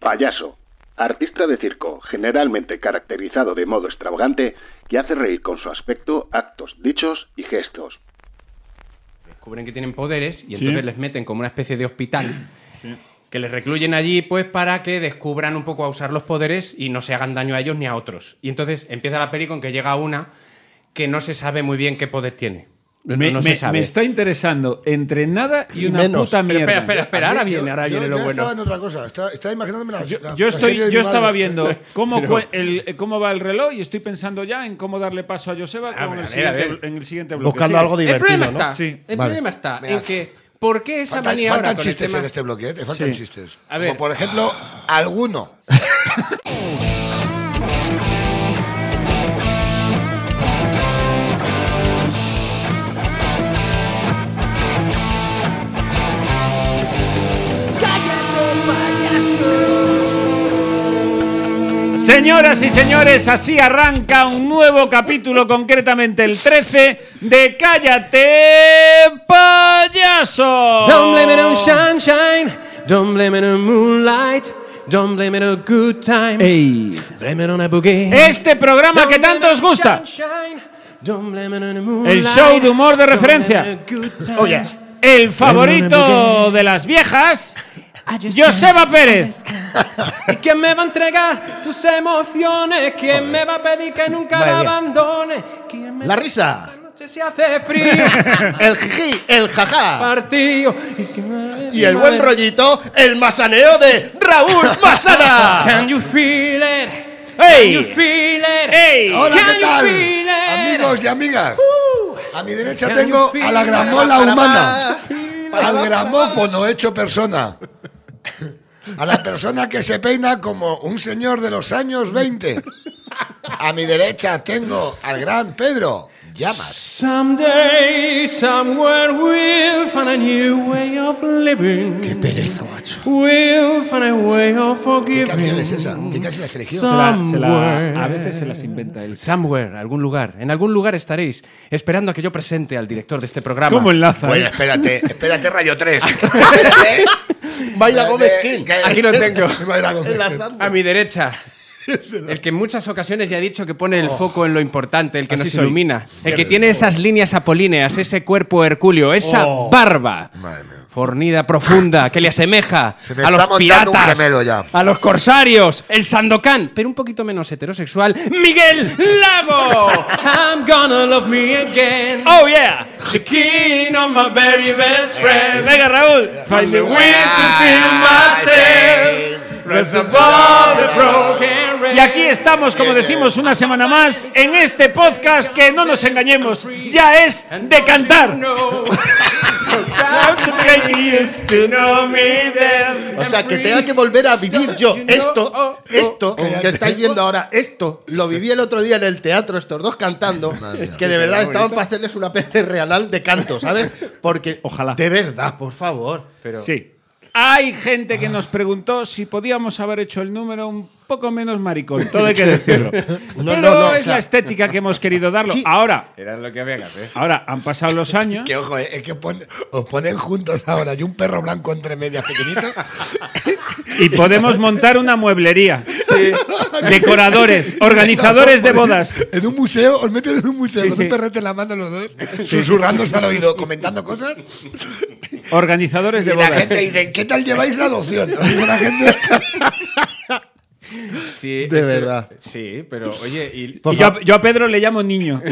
Payaso. Artista de circo, generalmente caracterizado de modo extravagante, que hace reír con su aspecto, actos, dichos y gestos. Descubren que tienen poderes y entonces les meten como una especie de hospital. Que les recluyen allí, pues, para que descubran un poco a usar los poderes y no se hagan daño a ellos ni a otros. Y entonces empieza la peli con que llega una que no se sabe muy bien qué poder tiene. No, Me, no se me- sabe. me está interesando entre nada y Y una menos. puta Pero mierda. espera, espera, espera, ahora viene, ahora yo, viene lo yo bueno. estaba en otra cosa. Estaba, estaba imaginándome la. Yo, pues la- yo la estoy, serie de yo mi madre. estaba viendo cómo, cue- el- eh, cómo va el reloj y estoy pensando ya en cómo darle paso a Joseba A con ver, a el ver, a siguiente, ver. en el siguiente bloque. Buscando Sí. algo el divertido, problema ¿no? está, Sí. el Vale. problema está Me en hace- que ¿por qué esa Faltan, manía faltan ahora con el chistes tema? en este bloque, ¿eh? Te faltan Sí. chistes. A ver. Ah. Como por ejemplo, alguno. Señoras y señores, así arranca un nuevo capítulo, concretamente el 13 de Cállate Payaso. Don't blame it on sunshine, don't blame it on moonlight, don't blame it on good times, Ey. blame it on a boogie. Este programa Don't que tanto blame it os on gusta. sunshine, don't blame it on moonlight, El show de humor de don't blame it referencia. on good times. Oye. El favorito de las viejas, I just Joseba Pérez. ¿Y quién me va a entregar tus emociones? ¿Quién me va a pedir que nunca Madre la mía. abandone? ¿Quién me La va a decir risa. que la noche se hace fría? El jiji, el jaja. Partido. ¿Y quién me va a Y decir, el buen "Madre rollito, el masaneo de Raúl Masana. Can you feel it? Hey. Can you feel it? Hey. Can Hola, ¿qué you tal? feel it? Amigos y amigas. Uh. A mi derecha Can tengo you a la feel gramola it? humana. Para Al la- gramófono hecho persona. A la persona que se peina como un señor de los años 20. A mi derecha tengo al gran Pedro Llamas. Someday, somewhere we'll find a new way of living. Qué pereza, macho. We'll find a way of ¿Qué forgiving. canción es esa? ¿Qué canción has elegido? a veces se las inventa él. Somewhere, algún lugar. En algún lugar estaréis esperando a que yo presente al director de este programa. ¿Cómo enlaza? Bueno, eh? espérate. Espérate, Rayo 3. Espérate. Baila Gómez King. Aquí lo tengo. Baila Gómez King. A mi derecha. El que en muchas ocasiones ya ha dicho que pone el foco en lo importante, el que Así nos soy. ilumina, el que tiene esas líneas apolíneas, ese cuerpo hercúleo, esa barba Madre mía. fornida, profunda, que le asemeja Se me a está los montando un piratas, gemelo ya. a los corsarios, el Sandocán, pero un poquito menos heterosexual, Miguel Lago. I'm gonna love me again. Oh yeah. She keen on my very best friend. Venga Raúl. Find the With to feel myself, rest above the broken Y aquí estamos, como decimos, una semana más en este podcast que no nos engañemos, ya es de cantar. O sea, que tenga que volver a vivir yo esto, esto, que estáis viendo ahora, esto, lo viví el otro día en el teatro, estos dos cantando, que de verdad estaban para hacerles una PCR real de canto, ¿sabes? Porque, Ojalá. de verdad, por favor. Sí. Hay gente que nos preguntó si podíamos haber hecho el número un poco menos maricón, todo hay que decirlo. No, Pero no, no, o es sea- la estética que hemos querido darlo. Ahora, Era lo que había que hacer. ahora han pasado los años. Que ojo, eh, es que pon- os ponen juntos ahora y un perro blanco entre medias pequeñito. Y podemos montar una mueblería. Decoradores, organizadores de bodas. En un museo, os meten en un museo Sí, con sí. un perrete en la mano los dos, susurrándose al oído, comentando cosas. Organizadores Y de la bodas. gente dice, ¿qué tal lleváis la adopción? Y la gente, Sí, De eso- verdad. Sí, pero oye, y, Y yo, a- yo a Pedro le llamo niño.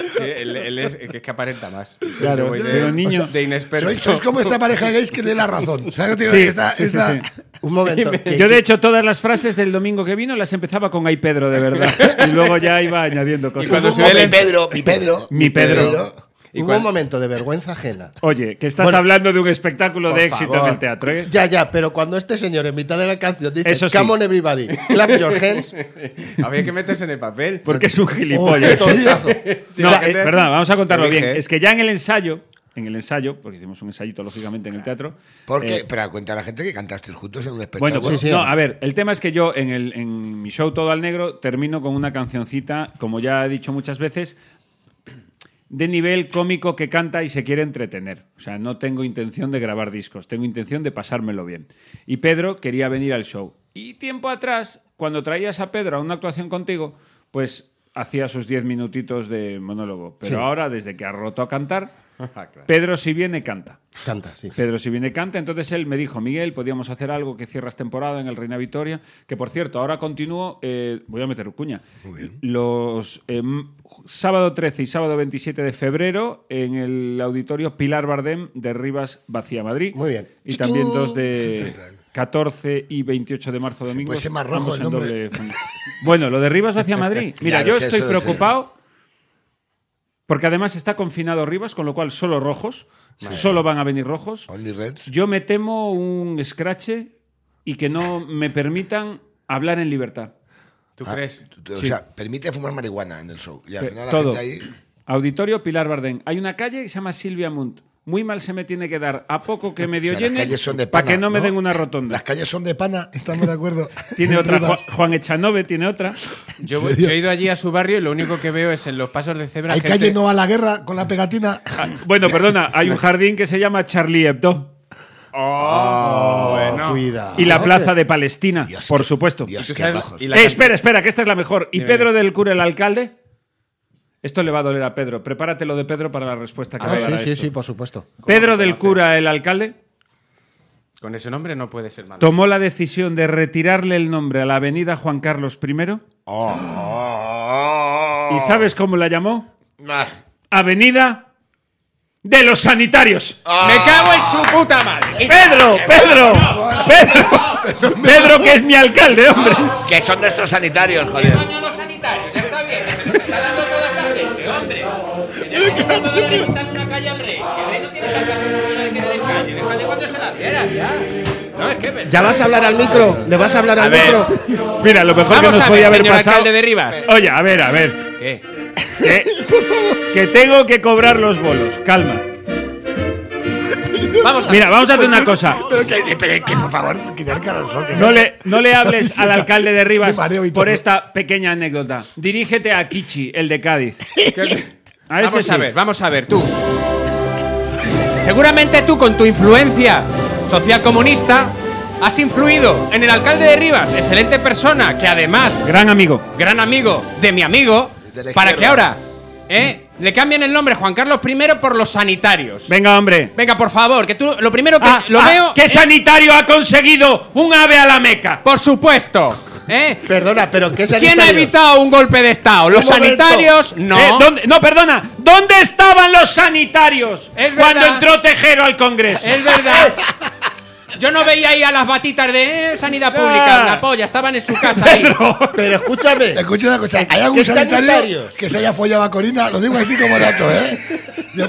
sí, él, él es que es que aparenta más. Claro, Ese güey de, pero niño. de inexperto. sois, sois como esta pareja gays que le la razón. ¿Sabes lo que te digo? Sí, Esta- sí, sí, esta- sí. Un momento. que Yo, de hecho, todas las frases del domingo que vino las empezaba con Ay Pedro, de verdad. Y luego ya iba añadiendo Y cuando cosas. se ve el mi est- Pedro, mi Pedro. Mi Pedro. ¿Y Hubo cuál? un momento de vergüenza ajena. Oye, que estás Bueno, hablando de un espectáculo por de éxito favor. en el teatro, ¿eh? Ya, ya, pero cuando este señor en mitad de la canción dice Eso sí. Come on everybody, clap your hands, Había que meterse en el papel. Porque es un Oh, qué gilipollas. tortazo. Sí, no, la eh, gente- perdón, vamos a contarlo Elige, bien. ¿eh? Es que ya en el ensayo, en el ensayo, porque hicimos un ensayito, lógicamente, en el teatro. Porque, eh, pero cuenta a la gente que cantasteis juntos en un Bueno, espectáculo. pues, Sí, sí. no, a ver, el tema es que yo en, el, en mi show Todo al Negro termino con una cancioncita, como ya he dicho muchas veces, de nivel cómico que canta y se quiere entretener. O sea, no tengo intención de grabar discos, tengo intención de pasármelo bien. Y Pedro quería venir al show. Y tiempo atrás, cuando traías a Pedro a una actuación contigo, pues hacía sus 10 minutitos de monólogo. Pero ahora, desde que ha roto a cantar, Ah, Pedro si viene canta. Canta, sí. Pedro si viene canta, entonces él me dijo, Miguel, podíamos hacer algo que cierras temporada en el Reina Victoria, que por cierto, ahora continúo, eh, voy a meter cuña, los eh, m- sábado 13 y sábado 27 de febrero en el auditorio Pilar Bardem de Rivas Vacía Madrid. Muy bien. Y también dos de 14 y 28 de marzo domingo. puede ser más rojo Vamos el en nombre. doble- Bueno, lo de Rivas Vacía Madrid. Mira, Ya lo yo sé, estoy eso lo sé. preocupado. Porque además está confinado Rivas, con lo cual solo rojos. Solo van a venir rojos. Only Reds. Yo me temo un escrache y que no me permitan hablar en libertad. ¿Tú Ah, crees? tú- tú- O Sí. sea, permite fumar marihuana en el show. Y al Pe- final la Todo. gente ahí. Auditorio Pilar Bardén. Hay una calle que se llama Silvia Munt. Muy mal se me tiene que dar. A poco que me O dio sea, las calles son de para pana. que no me den una rotonda. Las calles son de pana, estamos de acuerdo. Tiene otra. Rivas. Ju- Juan Echanove tiene otra. Yo, voy- yo he ido allí a su barrio y lo único que veo es en los pasos de cebra Hay gente- calle no a la guerra con la pegatina. Ah, Bueno, perdona. Hay un jardín que se llama Charlie Hebdo. Ah, Oh, bueno. Cuida. Y la plaza de Palestina, Dios, por qué- supuesto. ¿Y Dios, tú qué sabes- bajos. y la Eh, can- espera, espera, que esta es la mejor. ¿Y Dime. Pedro del Cura, el alcalde? Esto le va a doler a Pedro. Prepárate lo de Pedro para la respuesta que Ah, va a dar sí, a sí, esto. sí, por supuesto. Pedro ¿Cómo del lo conoce? Cura, el alcalde, Con ese nombre no puede ser malo. tomó la decisión de retirarle el nombre a la avenida Juan Carlos I. Oh, Oh. ¿Y sabes cómo la llamó? Ah. Nah. Avenida de los Sanitarios. ¡Me cago en su puta madre! Ah. ¡Pedro! ¡Pedro! ¡Pedro! ¡Pedro, que es mi alcalde, hombre! Que son nuestros sanitarios, joder. coño los sanitarios? Ya está bien. que Se está dando toda esta gente, hombre. Que ya está cuando le quitan una calle al rey. Que el rey no tiene tanta seguridad de que le den calle. Déjale cuando se la diera, ya. No, es que... ¿Ya vas a hablar al micro? ¿Le vas a hablar al micro? Mira, lo mejor que Vamos nos a ver, podía haber señor pasado. alcalde de Rivas. Oye, a ver, a ver. ¿Qué? Que, que tengo que cobrar los bolos. Calma. Vamos a Mira, vamos a hacer una cosa. Pero que, eh, pero que, por favor, quitar Carlson. No le, no le hables al alcalde de Rivas Me mareo y por todo. esta pequeña anécdota. Dirígete a Kichi, el de Cádiz. A ese vamos a sí. ver, vamos a ver, tú. Seguramente tú, con tu influencia social comunista, has influido en el alcalde de Rivas, excelente persona, que además, Gran amigo. gran amigo de mi amigo, De la para izquierda. que ahora ¿eh? le cambien el nombre Juan Carlos I por los sanitarios. Venga, hombre. Venga, por favor, que tú lo primero que Ah, lo ah, veo. ¿Qué es- sanitario ha conseguido un ave a la meca? Por supuesto. ¿eh? Perdona, pero ¿qué ¿Quién ha sanitarios? evitado un golpe de Estado? ¿Los Un momento. sanitarios? No. Eh, ¿dónde- no, perdona. ¿Dónde estaban los sanitarios Es cuando verdad. Eh. entró Tejero al Congreso? Es verdad. Yo no veía ahí a las batitas de eh, sanidad pública, la polla, estaban en su casa ahí. Pedro. Pero escúchame. Escucha una cosa, ¿hay algún ¿Qué sanitario sanitarios? que se haya follado a Corina? Lo digo así como dato, ¿eh? Yo-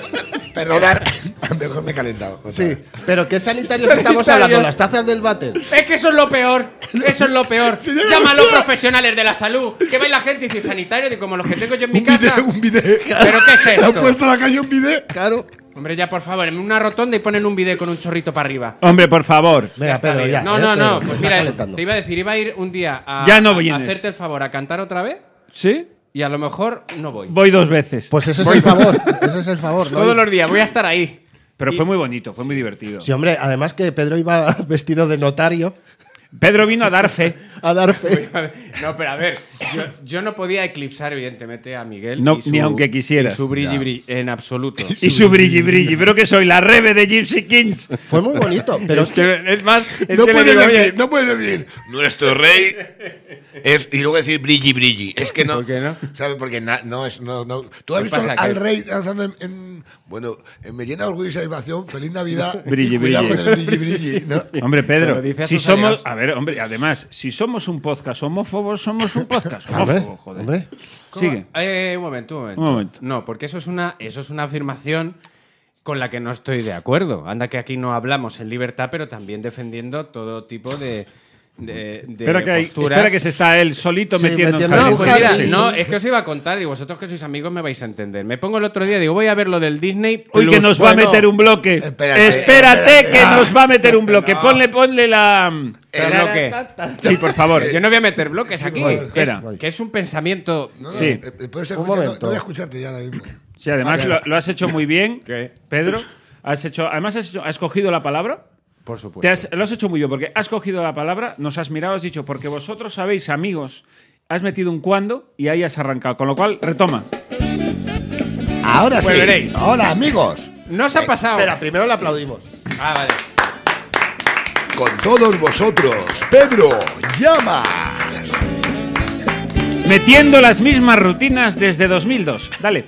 perdonar, mejor me he calentado. otra Sí, vez. pero ¿qué sanitarios estamos hablando? ¿Las tazas del váter? Es que eso es lo peor, eso es lo peor. Llámalo profesionales de la salud, que ve la gente y dice sanitario, de como los que tengo yo en mi Un bidé, casa. un bidé. ¿Pero qué es Le han esto? puesto a la calle un bidé. Claro. Hombre, ya por favor, en una rotonda y ponen un video con un chorrito para arriba. Hombre, por favor. Ya Venga, está Pedro, bien. ya. no, no, ya, Pedro, no. me Pues está mira, calentando. te iba a decir, iba a ir un día a, Ya no a- a vienes. hacerte el favor a cantar otra vez ¿Sí? y a lo mejor no voy. Voy dos veces. Pues ese es el favor. Ese es el favor. ¿no? Todos los días voy a estar ahí. Pero fue muy bonito, fue muy divertido. Sí, hombre, además que Pedro iba vestido de notario Pedro vino a dar fe. a dar fe. No, pero a ver, yo, yo no podía eclipsar, evidentemente, a Miguel. No, y su- ni aunque quisieras. y su brilli brilli, en absoluto. Y su brilli brilli. Pero que soy la rebe de Gypsy Kings. Fue muy bonito, pero es que es más, es No que le puedes digo, decir, oye, no puedes decir. Nuestro rey es. Y luego decir brilli brilli. Es que no. ¿Por qué no? ¿Sabes? Porque na- no es. No, no. Tú has ¿Qué visto pasa? al ¿Qué? rey danzando en, en- Bueno, en Me llena de orgullo y satisfacción. Feliz Navidad. Brilli, y cuidado brilli. con el brilli, brilli. ¿no? Hombre, Se Pedro, lo dice a si sus somos. allegados. A ver, hombre, además, si somos un podcast homófobo, somos un podcast Hombre, homófobo, joder. hombre. Sigue. eh, un momento, un momento. Un momento. No, porque eso es una, eso es una afirmación con la que no estoy de acuerdo. Anda que aquí no hablamos en libertad, pero también defendiendo todo tipo de, de, de Espera que, hay- posturas. espera que se está él solito Sí, metiendo en metiendo- No, jardín. pues mira, Javi. no, es que os iba a contar, y vosotros que sois amigos me vais a entender. Me pongo el otro día, digo, voy a ver lo del Disney. Uy, que Plus. nos va a bueno. meter un bloque. Espérate, Espérate, que nos va a meter Ah, un bloque. Ponle, ponle la. Pero no que- Sí, por favor. Yo no voy a meter bloques aquí. voy, que, es, espera. que es un pensamiento. No, no, Sí. eh, eh, puedes escuchar- momento. No voy a escucharte ya ahora mismo. Sí, además lo, lo has hecho muy bien, ¿Qué? Pedro. Has hecho, además has, hecho- has cogido la palabra. Por Te supuesto. has- lo has hecho muy bien porque has cogido la palabra, nos has mirado, has dicho, porque vosotros sabéis, amigos, has metido un cuando y ahí has arrancado. Con lo cual, retoma. Ahora sí. Volveréis. Hola, amigos. No os ha pasado. Espera, primero le aplaudimos. Ah, vale. Con todos vosotros, Pedro Llamas. Metiendo las mismas rutinas desde 2002. Dale.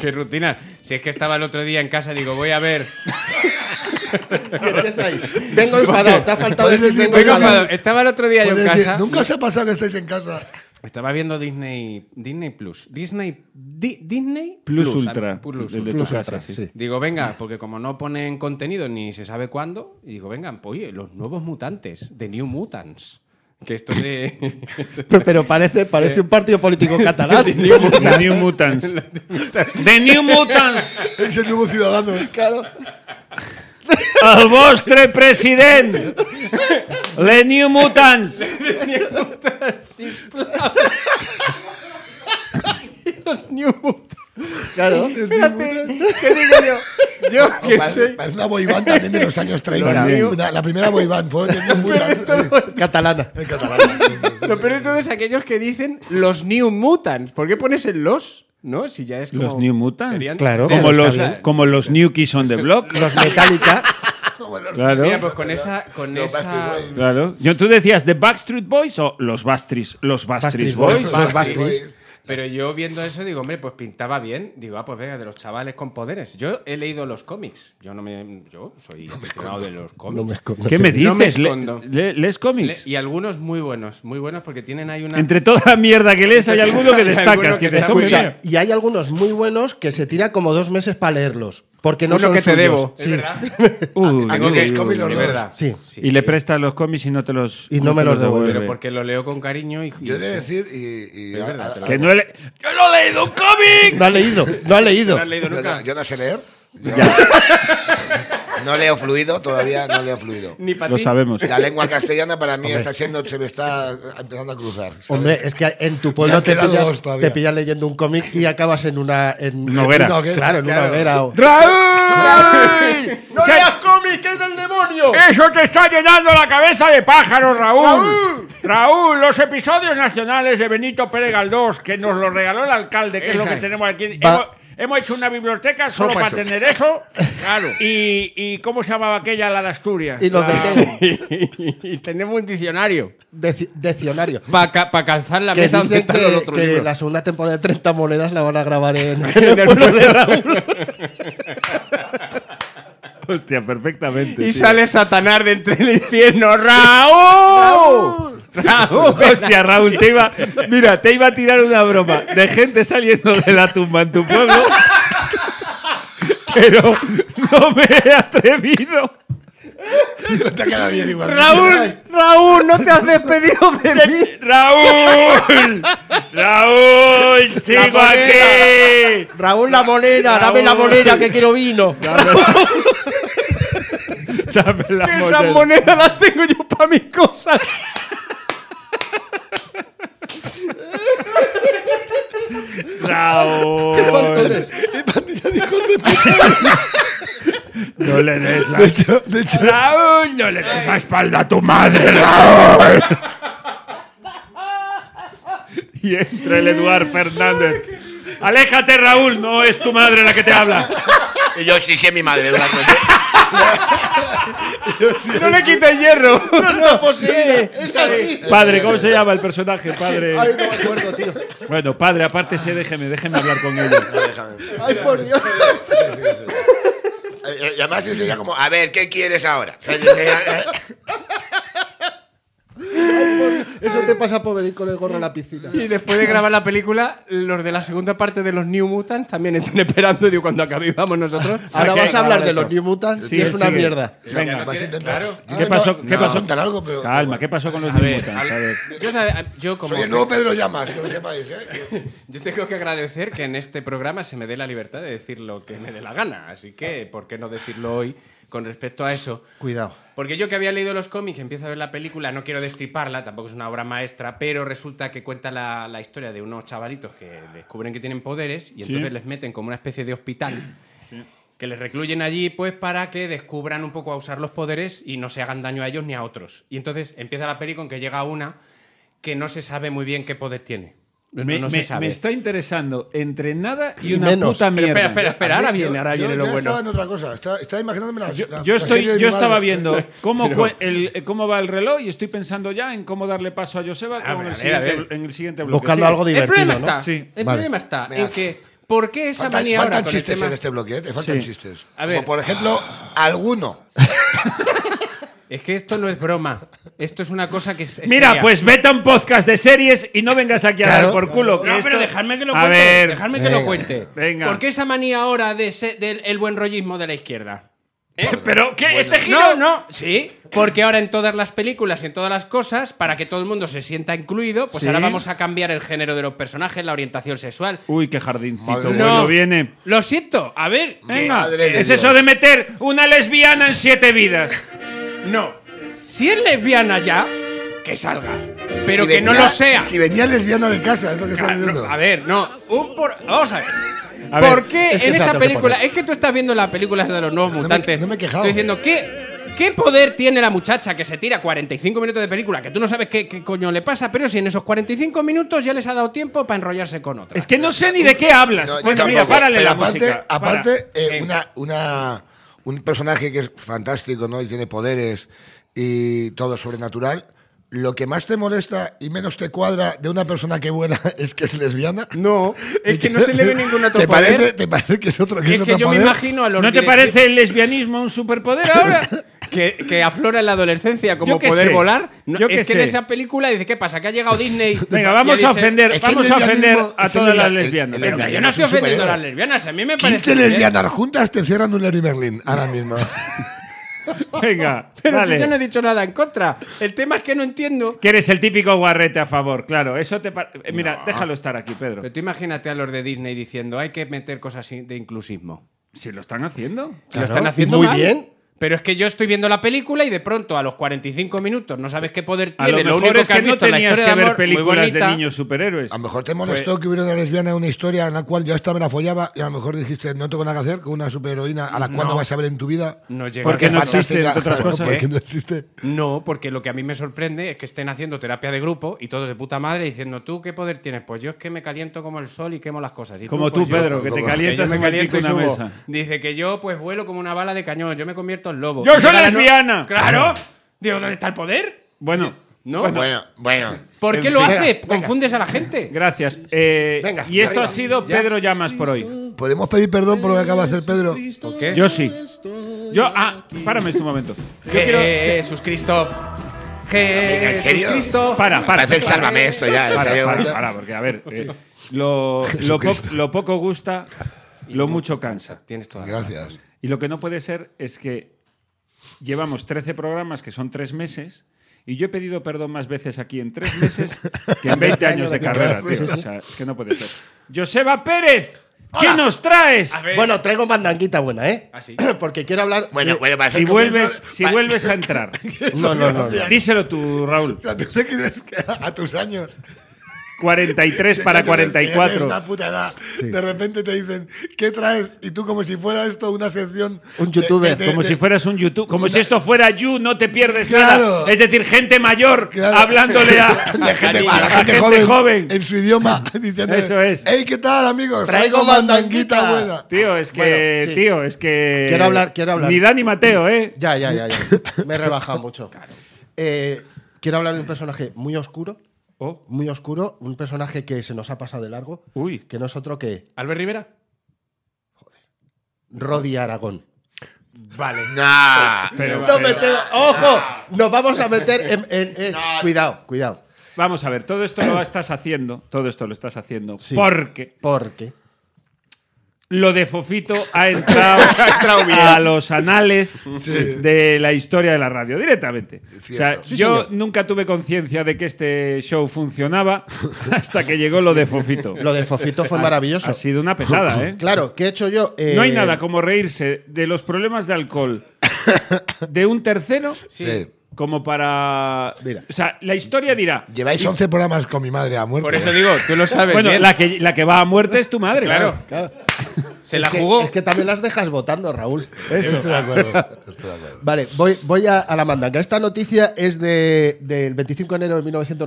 Qué rutina. Si es que estaba el otro día en casa, digo, voy a ver. Y empieza ahí. Vengo enfadado, te ha faltado Puedes decir decir, vengo venga, enfadado. enfadado. Estaba el otro día yo en Puedes decir, casa. Nunca os ha pasado que estáis en casa. Estaba viendo Disney Disney Plus. Disney Di- Disney Plus Ultra, Plus el de tu Ultra. casa, sí. Digo, venga, porque como no ponen contenido ni se sabe cuándo, y digo, venga, pues, oye, los nuevos mutantes, The New Mutants. Que esto es de. Pero parece, Eh. parece un partido político catalán. The New Mutants. The New Mutants. Es el nuevo ciudadano. claro. El vostre president. The New Mutants. los New Mutants. Claro. ¿Qué digo yo? Yo que Parece sé. parece una boy band también de los años 30. También. Una- la primera boy band fue de New Mutants. Catalana. En catalán. Lo peor de todo es aquellos que dicen los New Mutants. ¿Por qué pones el los? ¿No? Si ya es como. Los New Mutants. serían- Claro. Como Pero los, está bien. como los New Kids on the Block. Los Metallica. Claro. Mira, pues con esa. Con Los esa... Backstreet Claro. Yo, ¿Tú decías The Backstreet Boys o los Bastris? Los Bastris Backstreet Boys. Boys. Los Los Bastris. Bastris. Pero yo viendo eso digo, hombre, pues pintaba bien. Digo, ah, pues venga, de los chavales con poderes. Yo he leído los cómics. Yo no me. Yo soy aficionado de los cómics. ¿Qué me No me dices? Le- escondo. le- ¿Lees Le- cómics? y algunos muy buenos, muy buenos porque tienen ahí una. Entre toda la mierda que lees hay alguno que Hay destacas. alguno Que que te está come muy Escucha, bien. y hay algunos muy buenos que se tira como dos meses para leerlos. Porque no Uno son que te suyos. debo. Es Sí. verdad. Uy, Tengo uy, que uy, escomir uy. los Es verdad. Sí. Y le prestas los cómics y no te los. Y no me te los devuelve. Pero porque lo leo con cariño y. Yo he de decir, y, y- Es a- verdad, a- te a- la Que no he le- ¡Yo no he leído un cómic! No ha leído, no ha leído. No has leído yo, no, nunca. yo no sé leer. Yo- no leo fluido, todavía no leo fluido. Ni para Lo ti. sabemos. La lengua castellana para mí está siendo, se me está empezando a cruzar. ¿sabes? Hombre, es que en tu Me pueblo han te quedado pillan dos todavía. te pillan leyendo un cómic y acabas en una. En, Una hoguera. Una hoguera. Claro, en Claro. una hoguera. o- ¡Raúl! ¡No Se- leas cómic, que es del demonio! ¡Eso te está llenando la cabeza de pájaros, Raúl! Raúl, los episodios nacionales de Benito Pérez Galdós, que nos lo regaló el alcalde, que es lo Esa que es. tenemos aquí. Va- Hemos, hemos hecho una biblioteca solo Solo para para tener eso. Claro. Y, y ¿cómo se llamaba aquella, la de Asturias? Y los La- de y tenemos un diccionario. deci- Decionario. Para calzar la Que mesa donde dicen están los que, otros que libros. la segunda temporada de 30 monedas la van a grabar en, En el pueblo de Raúl. Hostia, perfectamente. Y tío. sale Satanás de entre el infierno. ¡Raúl! ¡Raúl! Hostia, Raúl, te iba. Mira, te iba a tirar una broma de gente saliendo de la tumba en tu pueblo. Pero no me he atrevido. Te ha quedado bien igual. ¡Raúl! ¡Raúl! ¡No te has despedido de mí! ¡Raúl! ¡Raúl! ¡Sigo aquí! Raúl la moneda, dame la Raúl. moneda que quiero vino. Dame la Que moneda. esas monedas las tengo yo para mis cosas. ¡Raúl! No le des la... ¡Raúl! ¡No le des la espalda a tu madre, Raúl! Y entra el Eduard Fernández. ¡Aléjate, Raúl! No es tu madre la que te habla. Y yo sí, sí, mi madre. la- ¡No le quites hierro! No, posible. Es así. Padre, ¿cómo se llama el personaje? Padre. Ay, no me acuerdo, tío. Bueno, padre, aparte se déjeme, déjeme hablar con Ah, ella. Ay, por Dios. Eh, Y además yo sería como, a ver, ¿qué quieres ahora? O sea, yo sería, eh, Eso te pasa por venir con el gorro a la piscina. Y después de grabar la película, los de la segunda parte de los New Mutants también están esperando. Digo, cuando acabemos nosotros. Ahora Ok, vas a hablar ahora de esto. los New Mutants Sí, y es una sigue. mierda. Venga. vas a intentar. ¿Qué Ah, pasó? no, ¿Qué no, pasó? contar algo, pero- Calma, ¿qué pasó con los A ver, Newmutants? A ver. yo, sabe- yo como Soy el nuevo Pedro Llamas, que lo sepáis, ¿eh? yo tengo que agradecer que en este programa se me dé la libertad de decir lo que me dé la gana, así que por qué no decirlo hoy con respecto a eso. Cuidado. Porque yo que había leído los cómics, empiezo a ver la película, no quiero destriparla, tampoco es una obra maestra, pero resulta que cuenta la, la historia de unos chavalitos que descubren que tienen poderes y entonces les meten como una especie de hospital. Que les recluyen allí, pues, para que descubran un poco a usar los poderes y no se hagan daño a ellos ni a otros. Y entonces empieza la peli con que llega una que no se sabe muy bien qué poder tiene. No, Me, no me- se sabe. me está interesando entre nada y, Y una menos. puta Pero mierda. espera, espera, espera, ahora viene, ahora yo viene lo ya bueno. Estaba en otra cosa, estaba, estaba imaginándome la. Yo, la- yo la estoy, serie yo de mi madre. estaba viendo cómo, cue- el- eh, cómo va el reloj y estoy pensando ya en cómo darle paso a Joseba A con ver, a el ver, a siguiente- ver. en el siguiente bloque. Buscando Sí. algo El divertido, problema ¿no? está, Sí. el Vale. problema está Me en hace- que ¿por qué esa Faltan, manía faltan ahora con el chistes tema- en este bloque, ¿eh? Te faltan Sí. chistes. A ver. Ah. Como por ejemplo, alguno. Es que esto no es broma, esto es una cosa que es, es Mira, seria. pues vete a un podcast de series y no vengas aquí a Claro. dar por culo. que No, pero esto- dejadme que lo a cuente. ver, dejadme que lo venga, cuente. venga. ¿Por qué esa manía ahora de se- del el buen rollismo de la izquierda? eh, pero ¿qué? ¿Este giro? No, no, sí. Porque ahora en todas las películas y en todas las cosas, para que todo el mundo se sienta incluido, pues Sí. ahora vamos a cambiar el género de los personajes, la orientación sexual. Uy, qué jardincito Madre bueno No. viene. Lo siento, a ver. Venga, Madre de es Dios. eso de meter una lesbiana en siete vidas. No. Si es lesbiana ya, que salga. Pero Si que no venía- lo sea. Si venía lesbiana de casa, es lo que está Claro, diciendo. no, a ver, no. un por- Vamos a ver. A ver, ¿Por qué es que en esa esa tengo que película? poner. Es que tú estás viendo las películas de los nuevos me- mutantes. no me he quejado. Estoy diciendo, ¿qué, ¿qué poder tiene la muchacha que se tira 45 minutos de película? Que tú no sabes qué, qué coño le pasa, pero si en esos 45 minutos ya les ha dado tiempo para enrollarse con otra. Es que no sé ni de qué hablas. No, yo Bueno, mira, tampoco, párale pero la aparte, música. para. Aparte, eh, una, una- un personaje que es fantástico, ¿no? Y tiene poderes y todo sobrenatural. Lo que más te molesta y menos te cuadra de una persona que vuela es que es lesbiana. No, es que no se le ve ningún otro ¿Te poder. parece, ¿Te parece que es otro que es es que otro yo me poder? imagino a los ¿No te directivos- parece el lesbianismo un superpoder ahora? que, que aflora en la adolescencia como Yo qué poder sé. volar. No, Yo es que qué en sé. esa película dice, ¿qué pasa? Que ha llegado Disney. y Venga, ha vamos a dicho- ofender, Es el vamos a ofender lesbianismo- a es el todas las lesbia- lesbianas. el- el Pero Venga. que lesbianismo yo no es estoy un ofendiendo a las superhéroe. lesbianas, a mí me 15 parece. ¿eh? bien. lesbianas juntas te cierran un Larry Merlin ahora mismo. Venga, Pero dale. si yo no he dicho nada en contra. El tema es que no entiendo. Que eres el típico guarrete a favor, claro. Eso te par- eh, Mira, déjalo estar aquí, Pedro. Pero tú imagínate a los de Disney diciendo hay que meter cosas in- de inclusismo. Si lo están haciendo. Que lo Claro, están y haciendo muy mal. bien. Pero es que yo estoy viendo la película y de pronto a los 45 minutos no sabes qué poder A lo tiene. mejor único es que, has no visto en la tenías historia que de ver amor, muy películas de bonita. niños superhéroes. A lo mejor te molestó que hubiera una lesbiana en una historia en la cual yo hasta me la follaba y a lo mejor dijiste, no tengo nada que hacer con una superheroína a la cual no, vas a ver en tu vida. No llega. Porque Porque no no existe, entre otras cosas. ¿eh? Porque no existe. No, porque lo que a mí me sorprende es que estén haciendo terapia de grupo y todos de puta madre diciendo, ¿tú qué poder tienes? Pues yo es que me caliento como el sol y quemo las cosas. Y Como tú, pues yo- Pedro, que te yo calientas me como el caliento pico y una subo. mesa. Dice que yo pues vuelo como una bala de cañón, yo me convierto en lobo. ¡Yo Y soy llega la no- lesbiana! ¡Claro! Digo, ¿dónde está el poder? Bueno, ¿No? Bueno, bueno. ¿Por qué en lo fin. hace? Confundes a la gente. gracias. Eh, Venga, y esto arriba. ha sido Pedro Llamas por hoy. ¿Podemos pedir perdón por lo que acaba de hacer Pedro? ¿Por qué? Yo sí. Yo, ah, párame este momento. Yo Eh, quiero. Jesús Cristo. Jesús serio? Cristo. Para, para. Parece el sálvame esto ya. en Para, serio. para, para, porque a ver, eh, lo, lo, po- lo poco gusta, lo mucho cansa. Tienes toda la Gracias. Y lo que no puede ser es que llevamos 13 programas, que son 3 meses, y yo he pedido perdón más veces aquí en 3 meses que en 20 años de carrera, tío. O sea, es que no puede ser. Joseba Pérez, ¿qué nos traes? Bueno, traigo mandanguita buena, ¿eh? Eh. Ah, sí. Porque quiero hablar. Bueno, de- bueno, para Si ser vuelves, comiendo- si pa- vuelves a entrar, No, no, no. no. díselo tú, Raúl. O sea, ¿tú te crees que a a tus años? 43 que para ya tienes- que ya tienes 44. una puta edad, De repente te dicen, ¿qué traes? Y tú como si fuera esto una sección... Un de- youtuber, de- de- Como de- si fueras un YouTube, como si esto fuera You, no te pierdes Claro. nada. Es decir, gente mayor Claro. hablándole a, de gente- a a la gente, joven, en su idioma diciendo Eso es. hey qué tal amigos Traigo mandanguita". buena Tío, es que, Bueno, sí. tío, es que. Quiero hablar, quiero hablar. Mm. Ni Dan ni Mateo, ¿eh? Ya, ya, ya, ya. Me he rebajado mucho. Eh, quiero hablar de un personaje muy oscuro, Oh, muy oscuro, un personaje que se nos ha pasado de largo, uy. que no es otro que ¿Albert Rivera? Rodi Aragón. Nah. Pero, No pero- me tengo- ¡Ojo! Nos vamos a meter en. en- en- Cuidado, cuidado. vamos a ver, todo esto lo estás haciendo. Todo esto lo estás haciendo. Sí. Porque Porque. lo de Fofito ha entrado, a los anales de la historia de la radio directamente. O sea, Cierto. Sí, yo señor. nunca tuve conciencia de que este show funcionaba hasta que llegó lo de Fofito. Lo de Fofito fue Ha- maravilloso. Ha sido una pesada, ¿eh? Claro, ¿qué he hecho yo? Eh, No hay nada como reírse de los problemas de alcohol de un tercero Sí. como para... Mira. O sea, la historia dirá... Lleváis 11 programas con mi madre a muerte. Por eso digo, tú lo sabes. Bueno, bien. la que, la que va a muerte es tu madre. Claro, Claro. se Es la que- jugó. Es que también las dejas votando, Raúl. Eso. Estoy de acuerdo. Estoy de acuerdo. Vale, voy, voy a, a la mandanga. Esta noticia es de, del 25 de enero de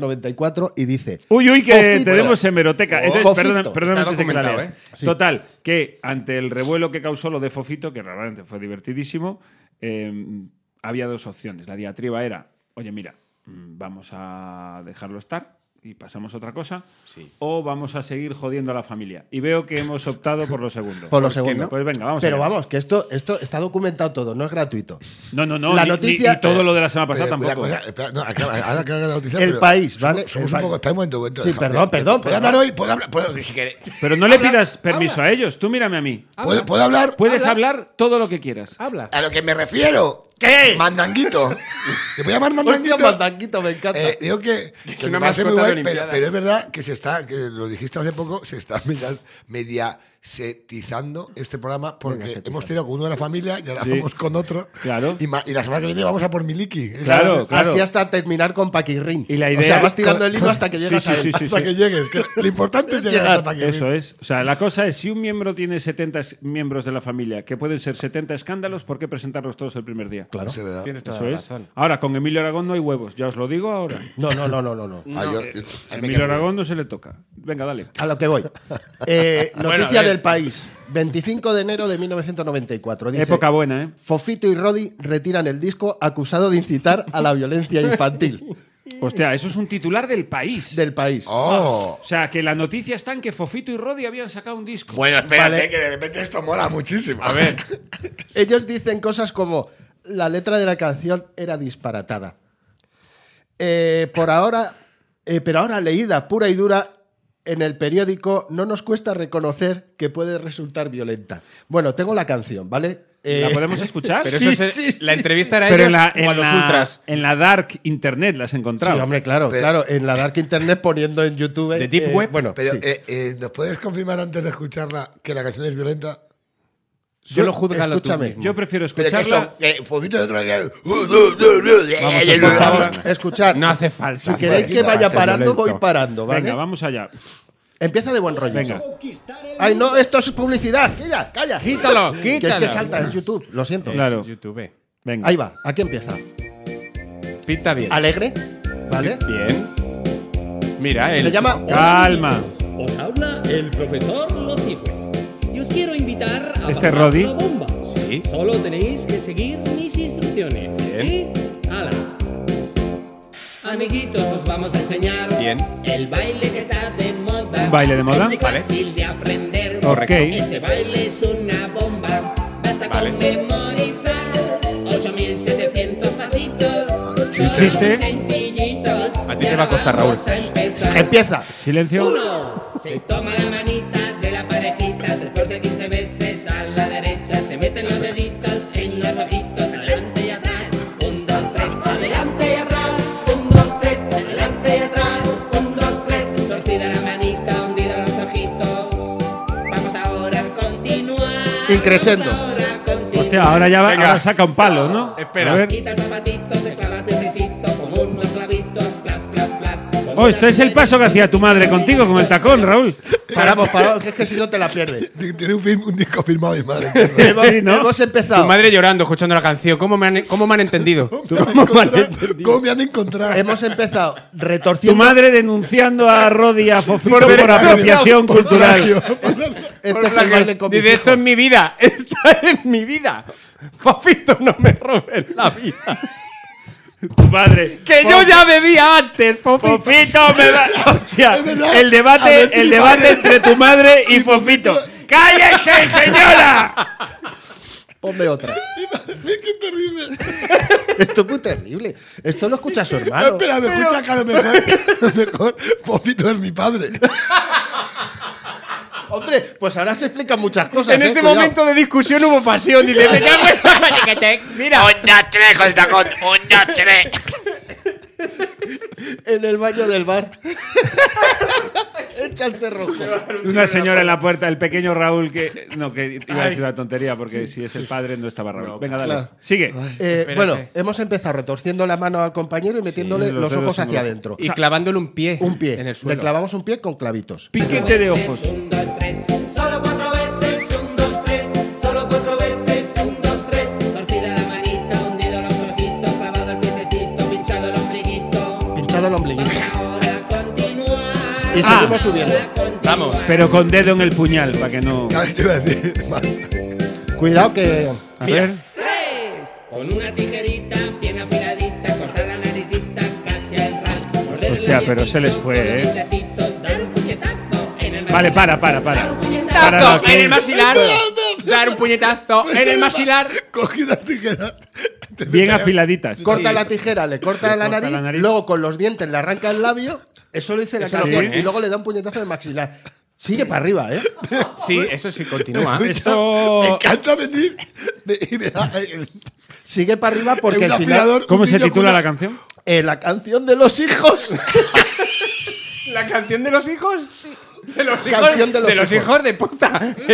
1994 y dice. Uy, uy, que Fofito. tenemos hemeroteca. Oh. Entonces, Fofito. perdona, perdona Está antes de que la documentado, leas. ¿eh? Sí. Total, que ante el revuelo que causó lo de Fofito, que realmente fue divertidísimo, eh, había dos opciones. La diatriba era, oye, mira, mm, vamos a dejarlo estar y pasamos a otra cosa, o vamos a seguir jodiendo a la familia. Y veo que hemos optado por lo segundo. Por lo qué segundo. no? Pues venga, vamos Pero allá. vamos, que esto, esto está documentado todo, no es gratuito. No, no, no. La ni- ni- noticia- ni todo lo de la semana Pero, pasada la tampoco. cosa- espera, no, acaba- ahora que haga la noticia, El pero país, somos- ¿vale? Somos El un país. poco. Espera un momento, un momento, Sí, déjame. perdón, perdón, ¿Puedo perdón. hablar hoy? ¿Puedo hablar? ¿Puedo, si queréis. Pero no le pidas permiso a ellos. Tú mírame a mí. ¿Puedo, puedo hablar? Puedes hablar todo lo que quieras. Habla. A lo que me refiero. ¿Qué? Mandanguito. Te voy a llamar Mandanguito. Hostia, mandanguito, me encanta. Eh, digo que se una me parece mascota muy de guay, pero, Olimpiadas. pero es verdad que se está, que lo dijiste hace poco, se está media, mediasetizando este programa porque Mediasetizando. hemos tenido con uno de la familia y ahora Sí. vamos con otro. Claro. Y, ma- y la semana que viene vamos a por Miliki. Es Claro, la- claro. Así hasta terminar con Paquirrin. Y la o idea- sea, vas tirando el hilo hasta que Sí, llegas sí, a él. sí, sí. Hasta que llegues. que lo importante es llegar hasta que Ah, Eso es. O sea, la cosa es, si un miembro tiene 70 es- miembros de la familia, que pueden ser 70 escándalos, ¿por qué presentarlos todos el primer día? Claro. Eso es verdad. Tienes toda Eso la es. razón. Ahora, con Emilio Aragón no hay huevos, ya os lo digo ahora. No, no, no, no, no, no. Ah, yo- yo- a mí me Emilio encanta. Aragón no se le toca. Venga, dale. A lo que voy. Eh, noticia a ver. del país. 25 de enero de 1994. Dice, Época buena, ¿eh? Fofito y Rodi retiran el disco acusado de incitar a la violencia infantil Hostia, eso es un titular del país. del país. Oh. O sea, que la noticia está en que Fofito y Rodi habían sacado un disco. Bueno, espérate, Vale. que de repente esto mola muchísimo. A ver. Ellos dicen cosas como la letra de la canción era disparatada. Eh, por ahora, eh, pero ahora leída pura y dura en el periódico, no nos cuesta reconocer que puede resultar violenta. Bueno, tengo la canción, ¿vale? Eh, ¿La podemos escuchar? Pero Sí, eso es, sí, la sí, entrevista era Pero ellos en la, o a en, los la- ultras. en la dark internet las has Sí, encontrado. hombre, claro, Pero- claro. En la dark internet poniendo en YouTube. The deep eh, web. Bueno, Pero sí. eh, eh, ¿nos puedes confirmar antes de escucharla que la canción es violenta? Solo júzgalo tú escúchame, mismo. Yo prefiero Pero que escucharla. eso, que Fobito de Uh, otro día. eh, por favor, escuchar. No hace falta. si queréis que Bueno, vaya va a ser parando, violento. voy parando, ¿vale? Venga, vamos allá. Empieza de buen rollo. Venga. Ay, no, esto es publicidad. Calla, calla. Quítalo, Que es que quítalo. salta, es YouTube, lo siento. Claro. YouTube. Venga. Ahí va, aquí empieza. Pinta bien. Alegre, ¿vale? Bien. Mira, él. Se llama. Calma. Os habla el profesor Losifue. Y os quiero invitar a ¿Este pasar Roddy? la bomba. Sí. Solo tenéis que seguir mis instrucciones. Bien. ¿Sí? ¡Hala! Amiguitos, os vamos a enseñar Bien. el baile que está de moda. ¿Un baile de moda? Es muy Vale. fácil de aprender. Correcto. Ok. Este baile es una bomba. Basta Vale. con memorizar 8700 pasitos. Son Chiste. muy sencillitos. A ti Y te va a costar, ahora vamos Raúl. a empezar. Empieza. Silencio. Uno, se toma la manita de la parejita, se tuerce 15 veces a la derecha, se meten los deditos en los ojitos, adelante y atrás. Un, dos, tres, adelante y atrás. Un, dos, tres, adelante y atrás. Un, dos, tres, torcida la manita, hundido los ojitos. Vamos ahora a continuar. Increchendo. Vamos ahora a continuar. Hostia, ahora ya va, Venga. ahora saca un palo, ¿no? Espera. A ver. Quita el zapatito, se clava el piececito como un clavito, clap, clap, clap. Oh, esto es el paso que hacía tu madre contigo con el tacón, Raúl. Paramos, paramos, que es que si no te la pierdes. eh, Tiene un, film- un disco firmado mi madre. Hemos, Sí, ¿no? hemos Tu empezado. madre llorando, escuchando la canción. ¿Cómo me han, cómo me han entendido? ¿Cómo me han entendido? ¿Cómo me han encontrado? Hemos empezado Tu retorciendo. madre denunciando a Rodi y a Fofito Por por, derecho, apropiación Por plagio. cultural. Este Por es la el que- baile con mis Dice, esto hijos. es mi vida. Esta es mi vida. Fofito, no me robes la vida. Tu madre. Que yo ya bebía antes, Fofito. Fofito me da. Hostia, verdad. el A ver si debate, el mi debate madre- entre tu madre y Fofito. ¡Cállese, señora! Ponme otra. ¡Qué terrible! Esto es muy terrible. Esto lo escucha su No, hermano. espera, me escucha que a lo mejor, a lo mejor Popito es mi padre. Hombre, pues ahora se explican muchas cosas. En eh, ese cuidado. momento de discusión hubo pasión. Dice, me cago en la madre que te- Mira. Un, dos, tres con el tacón. Un, dos, tres. En el baño del bar. derecha al cerrojo. Una señora en la puerta, el pequeño Raúl, que. No, que iba a decir una tontería, porque si es el padre, no estaba Raúl. Venga, dale. claro. Sigue. Eh, Espérate. bueno, hemos empezado retorciendo la mano al compañero y metiéndole los los, dedos ojos en hacia los- adentro. Y clavándole un pie, Un pie. en el Le suelo. clavamos un pie con clavitos. Piquete de ojos. Un, dos, tres, solo cuatro veces, un, dos, tres, solo cuatro veces, un, dos, tres. Torcida la manita, hundido los ojitos, clavado el piececito, pinchado el ombliguito. Pinchado el ombliguito. Vamos ahora a continuar. Y Ah. seguimos subiendo. Vamos. Pero con dedo en el puñal, para que no. Claro, te iba a decir, madre. Cuidado que. A ver. Tres. Con una tijerita bien afiladita, cortar la naricita casi al ras. Morder el Hostia, pero se les labiecito fue, con el ¿eh? dientecito, Dar un puñetazo en el Vale, maxilar. para, para, para. Dar un puñetazo. Para, no, ¡Tazo que en el es- maxilar! ¡Dar un puñetazo en el maxilar! Cogí las tijeras. Bien afiladitas. Corta la tijera, le corta, la, corta la nariz, nariz. luego con los dientes le arranca el labio. Eso lo dice la lo canción. pone, ¿eh? Y luego le da un puñetazo en el maxilar. Sigue para arriba, ¿eh? Sí, eso sí, continúa. Esto- Me encanta venir. de- y me da- en Sigue para arriba porque un al final. afilador, un ¿Cómo se niño con titula una- la canción? eh, la canción de los hijos. ¿La canción de los hijos? De los hijos Canción de los hijos. hijos de puta.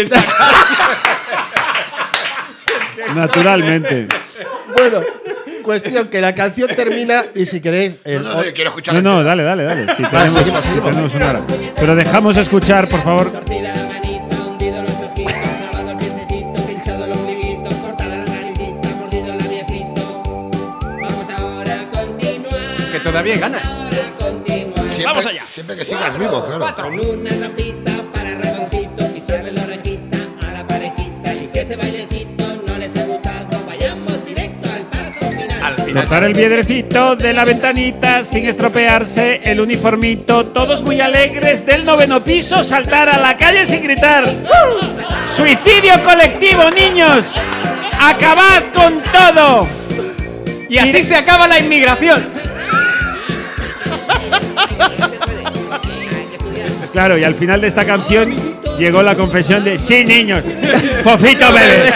Naturalmente. bueno, cuestión que la canción termina y si queréis. eh, el No, no, no, quiero escuchar No, la no, entera. dale, dale, dale. Si tenemos, seguimos, si seguimos. tenemos una hora. Pero dejamos escuchar, por favor. Torcida la manita, hundido los ojitos, clavado el piececito, pinchado el ombliguito, cortada la naricita, mordido el labiecito. Vamos ahora a continuar. Que todavía hay ganas. Vamos ahora a continuar. Siempre- Siempre que sigas vivo, claro. Con una tapita para ratoncito, pisarle la orejita a la parejita. Y si este bailecito no les ha gustado, vayamos directo al paso final. Al final. Cortar el piedrecito de la ventanita sin estropearse el uniformito. Todos muy alegres del noveno piso, saltar a la calle sin gritar. ¡Uh! ¡Suicidio colectivo, niños! ¡Acabad con todo! Y así se acaba la inmigración. Claro, y al final de esta canción llegó la confesión de sí, niños, fofito bebé.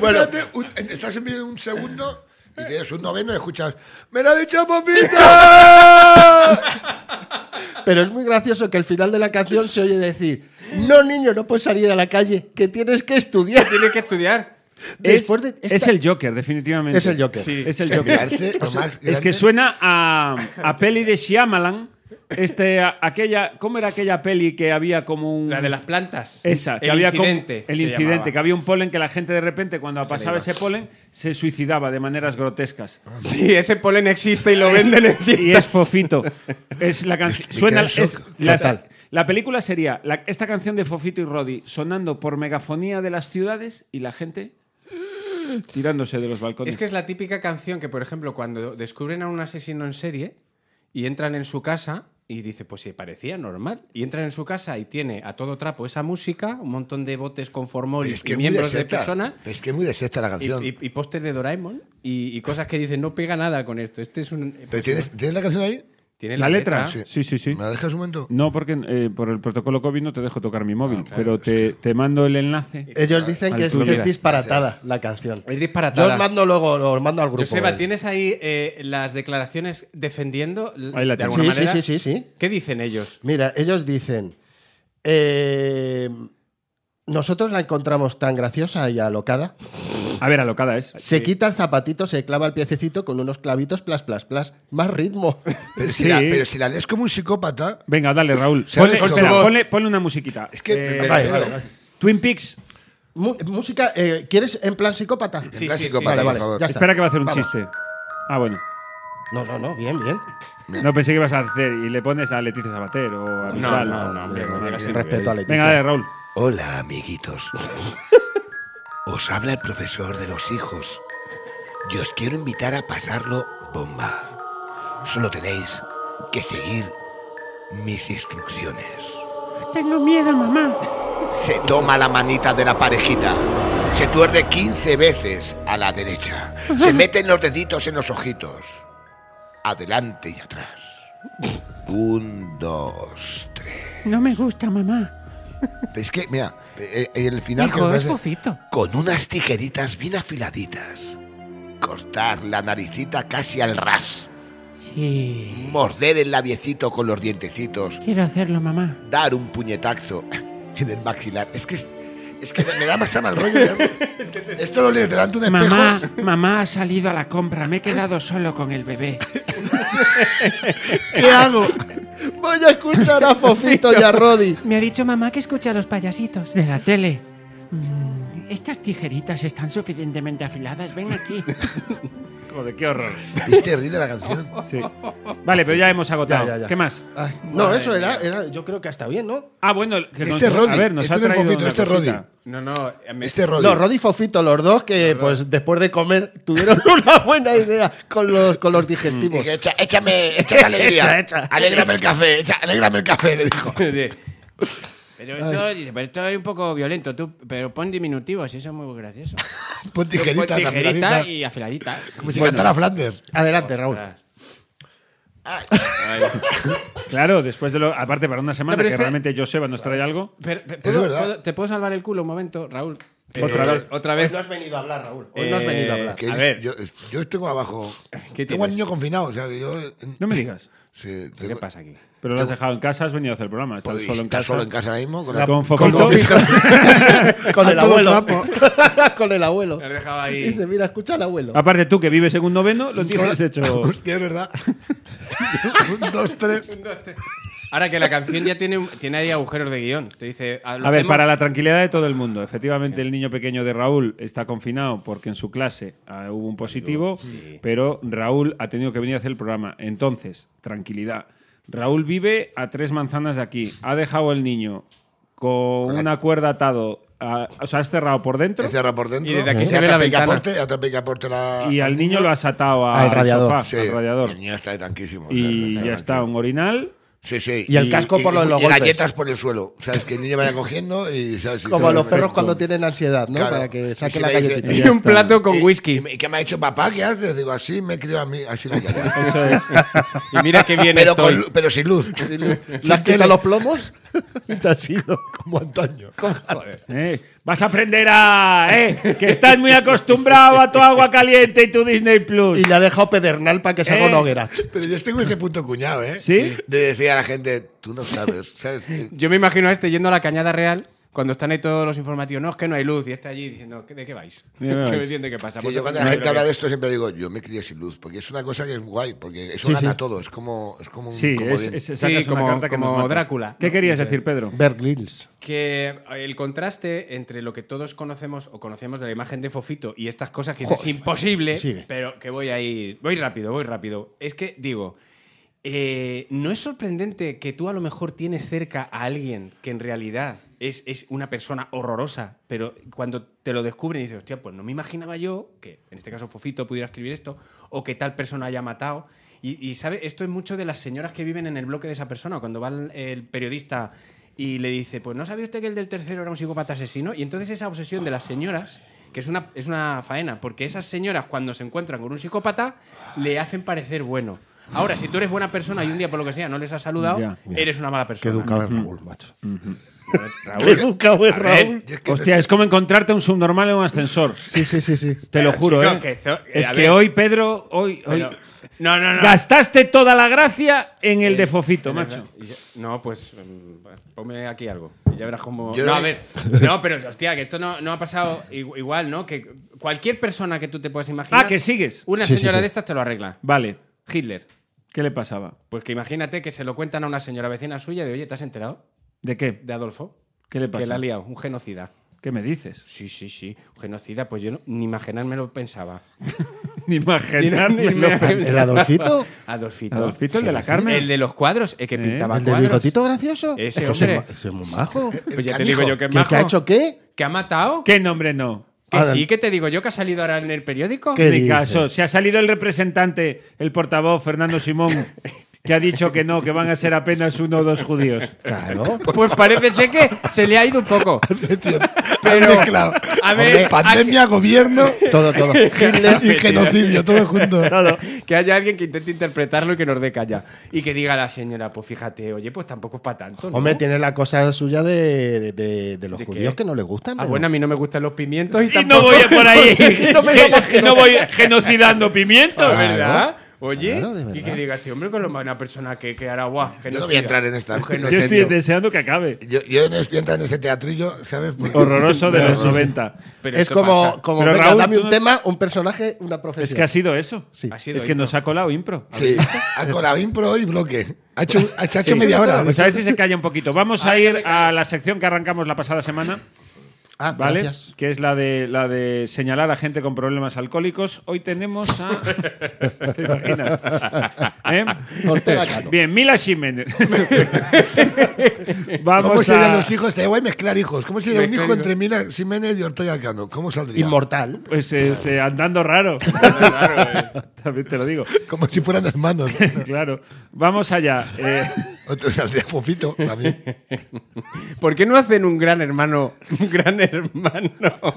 Bueno, estás en medio de un segundo Eh. y tienes un noveno y escuchas ¡Me lo ha dicho Fofita! Pero es muy gracioso que al final de la canción se oye decir, no niño, no puedes salir a la calle, que tienes que estudiar. Tienes que estudiar. Es, Después de esta- es el Joker, definitivamente. Es el Joker. Sí. Es el Me Joker. parece lo más Es que grande. suena a, a peli de Shyamalan. Este, a- aquella, ¿Cómo era aquella peli que había como un. La de las plantas. Esa, que el había como- incidente. el se incidente, llamaba. que había un polen que la gente de repente, cuando pasaba iba. ese polen, se suicidaba de maneras grotescas. Sí, ese polen existe y lo venden en Y es Fofito. Es la canción. Suena. quedo en es- shock. la, Total. la película sería la- esta canción de Fofito y Roddy sonando por megafonía de las ciudades y la gente tirándose de los balcones. Es que es la típica canción que, por ejemplo, cuando descubren a un asesino en serie y entran en su casa y dice, pues sí, parecía normal. Y entran en su casa y tiene a todo trapo esa música, un montón de botes con formol Es y que es muy de miembros de secta. persona Es que es muy de secta la y, canción. y- y póster de Doraemon y, y cosas que dicen, no pega nada con esto. Este es un... ¿Pero tienes, ¿Tienes la canción ahí? Tiene la letra. Sí. Sí, sí, sí. ¿Me la dejas un momento? No, porque eh, por el protocolo COVID no te dejo tocar mi Ah, móvil, pero te, te mando el enlace. Ellos dicen que es, Altura. que es disparatada la canción. Es Yo os disparatada. mando luego, os mando al grupo. Joseba, ¿vale? ¿tienes ahí eh, las declaraciones defendiendo l- Ahí la de tienes. alguna Sí, sí, manera? sí, sí, sí. ¿Qué dicen ellos? Mira, ellos dicen, eh, nosotros la encontramos tan graciosa y alocada. A ver, alocada es. Se quita el zapatito, se clava el piececito con unos clavitos, plas, plas, plas. Más ritmo. Pero si, Sí. la, pero si la lees como un psicópata. Venga, dale, Raúl. Se Ponle, hace con espera, su voz. ponle- ponle una musiquita. Es que. Eh, me- vale, me- vale, vale. Twin Peaks. Mu- música, eh, ¿quieres en plan psicópata? En plan sí, sí, psicópata, sí, por vale, favor. ya está. Espera que va a hacer un Vamos. chiste. Ah, bueno. No, no, no, bien, bien. No pensé que ibas a hacer y le pones a Leticia Sabater o a Bisbal. no, no, hombre, no digas eso. Respeto a Leticia. Venga, dale, Raúl. Hola, amiguitos. Os habla el profesor de los hijos. Y os quiero invitar a pasarlo bomba. Solo tenéis que seguir mis instrucciones. Tengo miedo, mamá. Se toma la manita de la parejita. Se tuerde 15 veces a la derecha. Se meten los deditos en los ojitos. Adelante y atrás. Un, dos, tres. No me gusta, mamá. Es que, mira, eh, eh, el final... que me parece- con unas tijeritas bien afiladitas. Cortar la naricita casi al ras. Y Morder el labiecito con los dientecitos. quiero hacerlo, mamá. Dar un puñetazo en el maxilar. Es que, es, es que me da más mal rollo. ¿eh? Esto lo lees delante de un espejo. Mamá, mamá ha salido a la compra. Me he quedado solo con el bebé. ¿Qué hago? Voy a escuchar a Fofito y a Roddy. Me ha dicho mamá que escucha a los payasitos. De la tele. Mm, estas tijeritas están suficientemente afiladas. Ven aquí. Joder, qué horror. Es terrible la canción. Sí. Vale, pero ya hemos agotado. Ya, ya, ya. ¿Qué más? Ay, no, eso era, era. Yo creo que está bien, ¿no? Ah, bueno, que Este es nos, Roddy. a ver, nos Este ha no es traído Fofito, una este es cosita. Roddy. No, no. eh, me- Este Roddy. No, Roddy y Fofito, los dos que pues después de comer tuvieron una buena idea con los, con los digestivos. Dije, "Echa- échame, échame alegría. Echa, echa. Alégrame el café, echa- alégrame el café, le dijo. de- Pero esto, dice, pero esto es un poco violento, tú, pero pon diminutivos, eso es muy gracioso. Pon Pon tijeritas, tijerita afiladita. y afiladita. Como si cantara Flanders. Adelante, Raúl. Claro, después de lo. Aparte, para una semana pero que este- espera. realmente Joseba nos trae algo. Pero- pero, Es ¿puedo- verdad. puedo- ¿Te puedo salvar el culo un momento, Raúl? Otra vez. Otra vez. has venido a hablar, Raúl. Hoy no has Eh, venido a hablar. Que A es- ver. Yo, yo estoy como abajo. ¿Qué tengo al tienes? niño confinado. O sea, que yo, eh, No me digas. sí, tengo- ¿Qué pasa aquí? Pero lo has dejado en casa, has venido a hacer el programa. Estás Podéis solo en estar casa. Pues, solo en casa ahora mismo. Con, Con con Fofito. Fofito. Con el A todo abuelo. trapo. con el abuelo. Lo has dejado ahí. Dice, mira, escucha al abuelo. Aparte, tú que vives en un noveno, lo tienes hecho. Hostia, es verdad. Un, dos, tres. Ahora que la canción ya tiene, un- tiene ahí agujeros de guión. Te dice, "Ah, a, A ver, para la tranquilidad de todo el mundo. Efectivamente, el niño pequeño de Raúl está confinado porque en su clase ah, hubo un positivo, pero Raúl ha tenido que venir a hacer el programa. Entonces, tranquilidad. Raúl vive a tres manzanas de aquí. Ha dejado al niño con una cuerda atado. a- o sea, has cerrado por dentro Te cierra por dentro. Y desde aquí Ya se ve te la picaporte, ya te picaporte la. y al niño lo has atado a- Al radiador. sofá, Sí, al radiador. El niño pues, está ahí tranquísimo. Y o sea, ya está, un orinal. Sí, sí. Y el casco por lo de los y golpes. galletas por el suelo. O sea, es que el niño vaya cogiendo y... ¿sabes? Y Como se los lo- perros cuando tienen ansiedad, ¿no? Claro. Para que Y si saquen la le dice- galletita. Y Ya un está. plato con Y- whisky. ¿Y, qué me ha dicho papá? ¿Qué haces? Digo, así me crió a mí, así la galleta. Eso es. Y mira qué bien pero, estoy. con lu- pero sin luz. Sí, le- ¿Le has quitado los plomos? Y te has ido como antaño. Eh, Vas a aprender a. eh, Que estás muy acostumbrado a tu agua caliente y tu Disney Plus. Y le ha dejado pedernal para que se haga Eh. una hoguera. Pero yo tengo ese punto cuñado, ¿eh? ¿Sí? De decir a la gente, tú no sabes, ¿sabes? Yo me imagino a este yendo a la Cañada Real cuando están ahí todos los informativos. No, es que no hay luz. Y está allí diciendo, "¿Qué- ¿de qué vais? ¿De qué vais? Que no entiende qué pasa. Sí, Pues yo no- cuando la gente habla de esto siempre digo, yo me crié sin luz, porque es una cosa que es guay, porque eso Sí, gana sí. todo, es como, es como un Sí, es, comodín. es- Sí, sacas una como- carta que como nos matas. Drácula. ¿Qué No, querías no sé. decir, Pedro? Bear Grylls. Que eh, el contraste entre lo que todos conocemos o conocemos de la imagen de Fofito y estas cosas que dices, es imposible, Sigue. pero que voy a ir. Voy rápido, voy rápido. Es que digo. eh, ¿No es sorprendente que tú a lo mejor tienes cerca a alguien que en realidad es, es una persona horrorosa, pero cuando te lo descubren dices, hostia, pues no me imaginaba yo que en este caso Fofito pudiera escribir esto o que tal persona haya matado? Y, y ¿sabe? esto es mucho de las señoras que viven en el bloque de esa persona, cuando va el, el periodista y le dice, pues no sabía usted que el del tercero era un psicópata asesino. Y entonces esa obsesión de las señoras, que es una, es una faena, porque esas señoras cuando se encuentran con un psicópata le hacen parecer bueno. Ahora, si tú eres buena persona y un día por lo que sea no les has saludado, Ya. eres una mala Qué persona. educado es Raúl, macho. Qué Raúl. educado es A ver. "Pues, Raúl. Y es que- Hostia, es como encontrarte un subnormal en un ascensor. Sí, sí, sí, sí. Te lo juro, chico, ¿eh? que esto- eh, es a que ver. hoy, Pedro, hoy, hoy Pero- no, no, no. gastaste toda la gracia en el de Fofito, Es macho. verdad. Y ya- No, pues mm, ponme aquí algo. Y ya verás cómo. Yo- No, a ver. No, pero hostia, que esto no, no ha pasado igu- igual, ¿no? Que cualquier persona que tú te puedas imaginar. Ah, que sigues. Una Sí, sí, señora sí. de estas te lo arregla. Vale. Hitler. ¿Qué le pasaba? Pues que imagínate que se lo cuentan a una señora vecina suya de, oye, ¿te has enterado ¿De qué? de Adolfo? ¿Qué le pasa? Que la ha liado, un genocida. ¿Qué me dices? Sí, sí, sí, un genocida, pues yo no- ni imaginarme lo pensaba. Ni imaginarme. Ni lo- imaginarme. ¿El Adolfito? Adolfito. Adolfito, el de la Carmen. El de los cuadros, eh, que ¿Eh? pintaba ¿El del cuadros. bigotito gracioso? Ese Pues es hombre. ma- ese es muy majo. Pues ya te canijo. digo yo que es ¿Que, majo. que ha hecho qué? ¿Que ha matado? ¿Qué nombre no? Que Ah, sí, del- que te digo yo que ha salido ahora en el periódico. ¿Qué? Ni dices? caso. Se ha salido el representante, el portavoz Fernando Simón, que ha dicho que no, que van a ser apenas uno o dos judíos. Claro. Pues parece ser que se le ha ido un poco. Pero, mezclado. a ver, Hombre, pandemia, gobierno Todo, todo. Hitler y genocidio, todo junto. que haya alguien que intente interpretarlo y que nos dé calla. Y que diga a la señora, pues fíjate, oye, pues tampoco es para tanto. ¿no? Hombre, tiene la cosa suya de, de- de- de los ¿De qué? judíos que no le gustan. Ah, pero- bueno, a mí no me gustan los pimientos y, Y no tampoco. voy a por ahí. No me llamas no voy genocidando pimientos. ¿Verdad? Oye, Claro, de verdad. y que diga este hombre con lo más una persona que, que hará guau. que Yo no voy a siga. entrar en esta. Un genocidio. Yo estoy deseando que acabe. Yo, yo no estoy entrando en ese teatrillo, ¿sabes? Por- Horroroso de los Horroroso. 90. Pero es esto como, pasa. como Pero venga, Raúl, dame tú un no- tema, un personaje, una profesión. Es que ha sido eso. Sí. Ha sido Es que impro. nos ha colado impro. Sí, ha colado impro y bloque. Ha hecho, ha- se ha hecho Sí. media hora. Pues a ver si se calla un poquito. Vamos a ir a la sección que arrancamos la pasada semana, Ah, ¿vale? gracias. Que es la de la de señalar a gente con problemas alcohólicos. Hoy tenemos a. ¿Te imaginas? ¿Eh? Ortega Cano. Bien, Mila Jiménez. ¿Cómo Vamos serían a. los hijos? Te voy a mezclar hijos. ¿Cómo sería un Mezclar hijo hijos. entre Mila Jiménez y Ortega Cano? ¿Cómo saldría? Inmortal. Pues eh, se- andando raro. eh. También te lo digo. Como si fueran hermanos. Claro. Vamos allá. Eh, Otro saldría fofito también. ¿Por qué no hacen un gran hermano? Un gran hermano.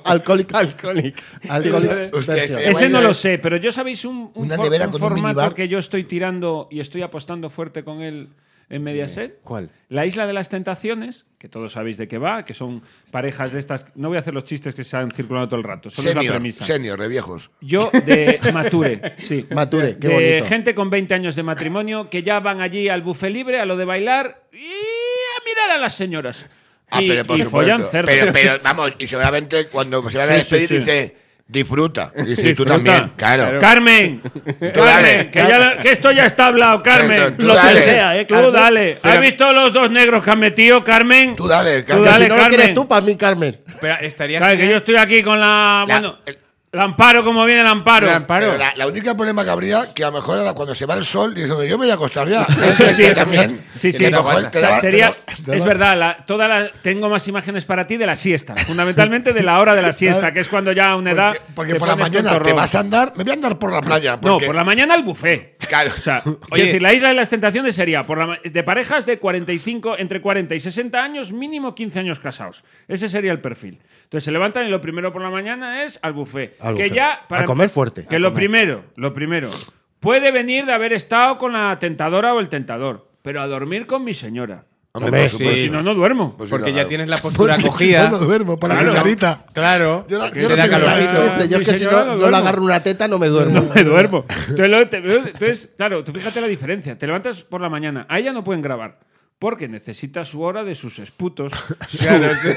Alcoholic. Alcoholic. Alcoholic Hostia, version. qué ¿eh? Ese no lo sé, pero yo sabéis un, un Una for- nevera un con un formato minibar. que yo estoy tirando y estoy apostando fuerte con él en Mediaset. ¿Cuál? La Isla de las Tentaciones, que todos sabéis de qué va, que son parejas de estas. No voy a hacer los chistes que se han circulado todo el rato, solo es la Senior, premisa. senior, de viejos. Yo de Mature, sí. Mature, qué de bonito. gente con 20 años de matrimonio que ya van allí al buffet libre, a lo de bailar y a mirar a las señoras. Ah, y, pero por y supuesto. follan cerdo. Pero, pero vamos, y seguramente cuando se van a Sí, sí, despedir sí. dice, disfruta. Y dice, tú Disfruta. también, claro. Carmen, Carmen, dale. que, ya- que esto ya está hablado, Carmen. Tú Lo que dale. sea, eh, Tú Carmen. dale. ¿Has visto los dos negros que han metido, Carmen? Tú dale, Tú Carmen. dale, si no lo Carmen. quieres tú, para mí, Carmen. Pero estaría Claro, que genial- yo estoy aquí con la. La- bueno, la amparo, como viene el amparo. Gran paro. Pero la, la única problema que habría, que a lo mejor era cuando se va el sol, dice, yo me voy a acostar ya. Este Eso sí, Que también. Sí, que sí. a lo mejor O te sea, da- te sería, da- es verdad, la- toda la- tengo más imágenes para ti de la siesta, fundamentalmente de la hora de la siesta, que es cuando ya a una edad. Porque, porque te por la pones mañana te tontorrón. vas a andar, me voy a andar por la playa. No, Porque, por la mañana al buffet. Claro. O sea, oye, es decir, la isla de las tentaciones sería por la ma- de parejas de 45, entre 40 y 60 años, mínimo 15 años casados. Ese sería el perfil. Entonces se levantan y lo primero por la mañana es al buffet. Al que buffet. ya A comer fuerte. Que lo primero, lo primero, puede venir de haber estado con la tentadora o el tentador, pero a dormir con mi señora. Hombre, Hombre, por supuesto. sí. Si no, no duermo. Pues Porque mira, ya claro. tienes la postura Porque si cogida. Pues no, no duermo, para Claro. la cucharita. Claro. Yo no- que yo te no da tengo calor. nada. Dice, yo es que si señora, no, no no le duermo. agarro una teta, no me No duermo. me duermo. Entonces, luego te- luego- entonces, claro, tú fíjate la diferencia. Te levantas por la mañana. A ella no pueden grabar. Porque necesita su hora de sus esputos, su,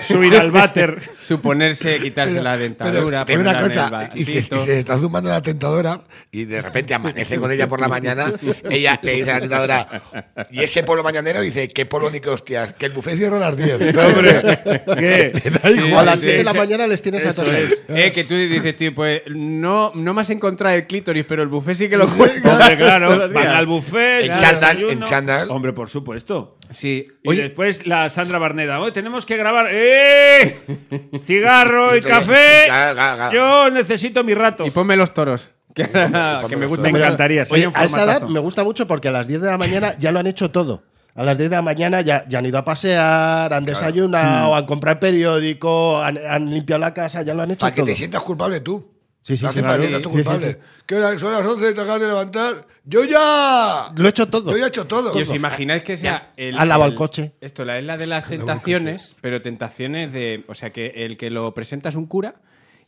su ir al váter. Suponerse, quitarse la dentadura. Pero te digo una ponerla en cosa, el y se, y vasito. se está zumbando la tentadora y de repente amanece con ella por la mañana, ella le dice a la tentadora, y ese polvo mañanero dice, qué polvo ni qué hostias, que el buffet cierra a las 10. Hombre, ¿Qué? te da igual. a las sí, 7 de la sí. mañana les tienes a Eso todos. es. Eh, que tú dices, tío, pues no, no me has encontrado el clítoris, pero el buffet sí que lo cuento. Hombre, claro, van al buffet. En al chándal, desayuno. en chándal. Hombre, por supuesto. Sí. Y Oye, después la Sandra Barneda. Hoy tenemos que grabar. ¡Eh! Cigarro y café. Ga, ga, ga. Yo necesito mi rato. y ponme los toros. Que, que me gusta Me encantaría. Oye, sería un a esa edad formatazo. me gusta mucho porque a las 10 de la mañana ya lo han hecho todo. A las 10 de la mañana ya, ya han ido a pasear, han desayunado, Mm. han comprado periódico, han, han limpiado la casa, ya lo han hecho Para que todo. te sientas culpable tú. Sí, sí, No hace claro. falta que te sientas tú Sí, sí, culpable. sí. ¿Qué hora? Son las 11 y te acabas de levantar. ¡Yo ya! Lo he hecho todo. Yo ya he hecho todo. Y os imagináis que sea el. Ha lavado el el- coche. Esto, la isla de las tentaciones, pero tentaciones de. O sea, que el que lo presenta es un cura.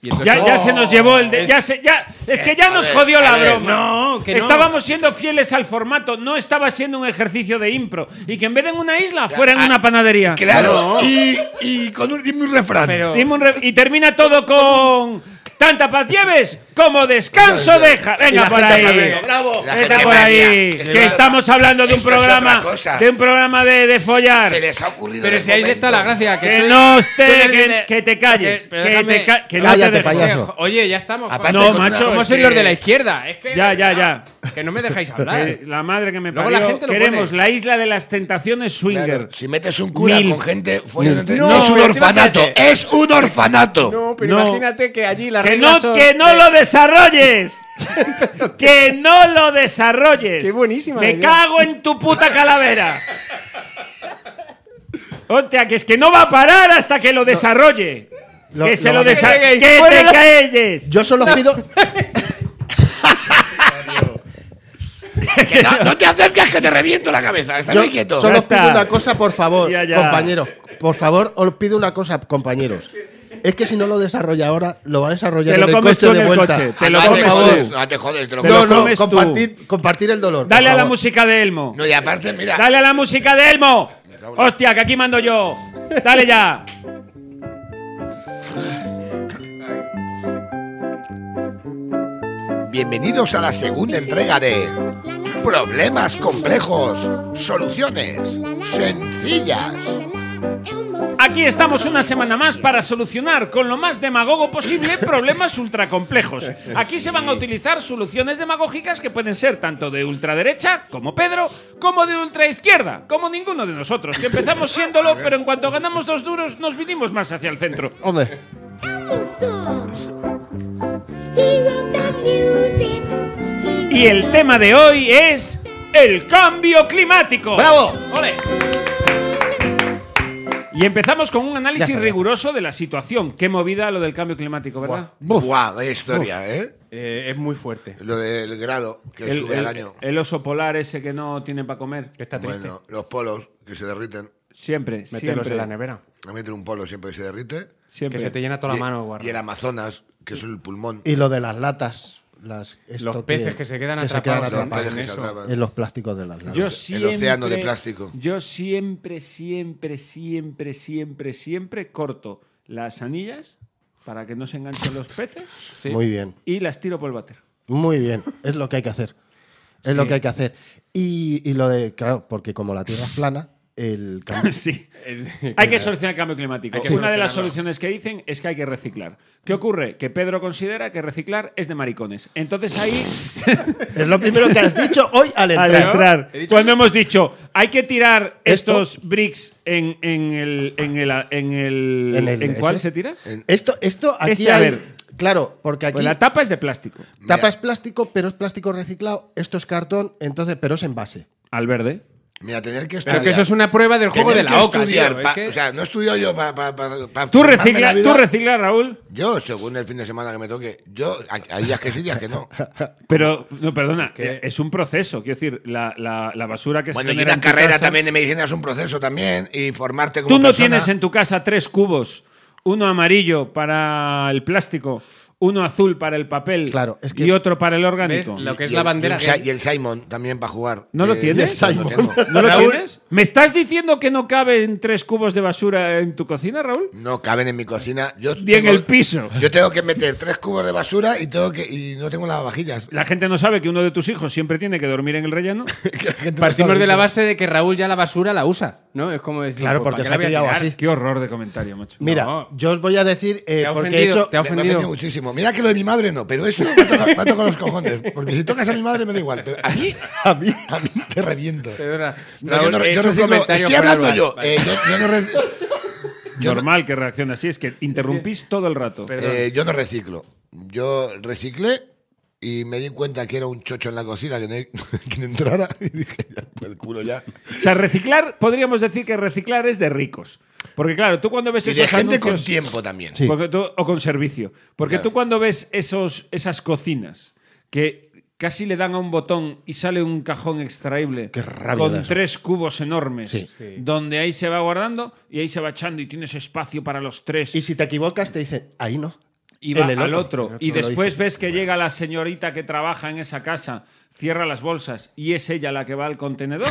Y entonces- ¡Oh! Ya, ya se nos llevó el de, ya se- ya- es que ya nos jodió la broma. No, que no. Estábamos siendo fieles al formato, no estaba siendo un ejercicio de impro. Y que en vez de en una isla, fuera en una panadería. Claro. Y, y con un, dime un refrán. Pero- Dime un re- y termina todo con tanta paz lleves como descanso deja. Y la Venga por gente ahí. aplaudiendo. ¡Bravo! Venga La gente por ahí. manía. Que estamos hablando de un Esto es programa. otra cosa. De un programa de, de follar. Se les ha ocurrido. en Pero el si ahí está momento. la gracia. Que, Que estoy- no esté- estoy en que- el- que te calles, pero que déjame- te ca- que no Cállate, te dejo. payaso. Oye, ya estamos. Juan. Aparte No, con macho. ¿Cómo es sois los de la que- izquierda? Es que. Ya, ya, ya. Que no me dejáis hablar. Eh, La madre que me Luego parió. la gente lo Queremos pone. la isla de las tentaciones Claro, swinger. Si metes un cura Mil. con gente follando, Mil. no, No, es un pero orfanato, imagínate. es un orfanato. No, pero No. imagínate que allí la Que no, que no lo desarrolles. que no lo desarrolles. Qué buenísima la Me idea. cago en tu puta calavera. Hostia, que es que no va a parar hasta que lo desarrolle. Lo- que se lo lo, va a- desarrolle. Que Que te fuera. calles. Yo solo pido. Que no, no te acerques que te reviento la cabeza. Estás Yo ahí quieto. solo Ya está. pido una cosa, por favor, Ya, ya. compañeros. Por favor, os pido una cosa, compañeros. Es que si no lo desarrolla ahora, lo va a desarrollar Te lo en el comes coche tú en de el vuelta. coche, te lo Por Ah, te comes favor. jodes, ah, te jodes, te lo Te lo comes. No, no, comes tú. compartir, compartir el dolor. por Dale a la favor. música de Elmo. No, y aparte, mira. Dale a la música de Elmo. Hostia, que aquí mando yo. Dale ya. Bienvenidos a la segunda entrega de Problemas complejos, soluciones sencillas. Aquí estamos una semana más para solucionar con lo más demagogo posible problemas ultracomplejos. Aquí se van a utilizar soluciones demagógicas que pueden ser tanto de ultraderecha, como Pedro, como de ultraizquierda, como ninguno de nosotros, que empezamos siéndolo, pero en cuanto ganamos dos duros nos vinimos más hacia el centro. Hombre, Y el tema de hoy es el cambio climático. ¡bravo! Y empezamos con un análisis Ya está, ya está. riguroso de la situación. Qué movida lo del cambio climático, ¿verdad? Buf. Buah, vaya historia, ¿eh? Eh, es muy fuerte. Lo del grado que El, sube el- al año. el oso polar ese que no tiene para comer. Que está triste. Bueno, los polos que se derriten. Siempre, Mételos siempre. en la nevera. A mí tiene un polo siempre que se derrite. siempre. Que se te llena toda la Y- mano, guarda. Y el Amazonas, que es el pulmón. Y lo de las latas. Las, esto Los peces que se quedan que se quedan atrapados Los en- atrapados peces que se eso. atrapan. en los plásticos de las latas. Yo El océano de siempre- plástico. Yo siempre, siempre, siempre, siempre, siempre corto las anillas para que no se enganchen los peces Sí. Muy bien. y las tiro por el váter. Muy bien, es lo que hay que hacer. Es lo que hay que hacer. Y, y lo de, claro, porque como la Tierra es plana, el cambio- Sí. Hay que solucionar el cambio climático. Hay que Una de las solucionarlo. soluciones que dicen es que hay que reciclar. ¿Qué ocurre? Que Pedro considera que reciclar es de maricones. Entonces ahí, es lo primero que has dicho hoy al al entrar. entrar, He dicho- cuando hemos dicho hay que tirar Esto- estos bricks en, en el, en el. ¿En, el, En el ¿en cuál ese. se tira? Esto, esto aquí Este, a hay- ver. Claro, porque aquí Pues la tapa es de plástico. tapa es plástico, pero es plástico reciclado. Esto es cartón, entonces, pero es envase. Al verde. Mira, tener que estudiar. Pero que eso es una prueba del juego Tener de Ah, que la OCA, estudiar, tío. Es pa- que- O sea, no he estudiado yo para. Tú reciclas, tú reciclas, Raúl. Yo, según el fin de semana que me toque, yo, hay hay días que sí, días que no. Pues Pero, no, perdona, ¿Qué? eh, es un proceso. Quiero decir, la, la- la basura que Bueno, se y genera en una tu carrera casa- también de medicina es un proceso también, y formarte como Tú no persona. tienes en tu casa tres cubos, uno amarillo para el plástico, uno azul para el papel Claro, es que- y otro para el ¿Ves? orgánico. Lo que Y es la el- bandera. Y, un Sa- y el Simon también para jugar. ¿No lo Eh, tienes? no lo tengo. ¿No lo Raúl- tienes? ¿Me estás diciendo que no caben tres cubos de basura en tu cocina, Raúl? No caben en mi cocina. Yo Ni en tengo- el piso. Yo tengo que meter tres cubos de basura y tengo que y no tengo lavavajillas. La gente no sabe que uno de tus hijos siempre tiene que dormir en el relleno. Que la gente no Partimos sabe de la eso. base de que Raúl ya la basura la usa, ¿no? Es como decir. Claro, pues, porque ¿para se ha qué la voy a criado tirar? así. Qué horror de comentario, macho. Mira, No. yo os voy a decir, eh, Te ha porque he ofendido, hecho. te ha Me- me ofendió ofendido. muchísimo. Mira que lo de mi madre no, pero eso me toca, me toca los cojones. Porque si tocas a mi madre me da igual. Pero a mí, A mí. a mí te reviento. Perdona. No, Raúl, yo no, es yo un reciclo- comentario estoy hablando formal. yo. Vale. eh, yo, yo no re- yo no- Normal que reaccione así, es que interrumpís todo el rato. eh, yo no reciclo. Yo reciclé y me di cuenta que era un chocho en la cocina que no hay quien entrara. Y dije, ya, por el culo ya. O sea, reciclar, podríamos decir que reciclar es de ricos. Porque claro, tú cuando ves Y esos de gente con anuncios- tiempo también. Sí. Porque tú- o con servicio. Porque Claro. tú cuando ves esos, esas cocinas que casi le dan a un botón y sale un cajón extraíble Qué rabia da con eso. tres cubos enormes, Sí. donde ahí se va guardando y ahí se va echando y tienes espacio para los tres Y si te equivocas, te dicen, ahí no. y en va el al otro. otro. Y Te lo después dicen. ves que llega la señorita que trabaja en esa casa, cierra las bolsas y es ella la que va al contenedor.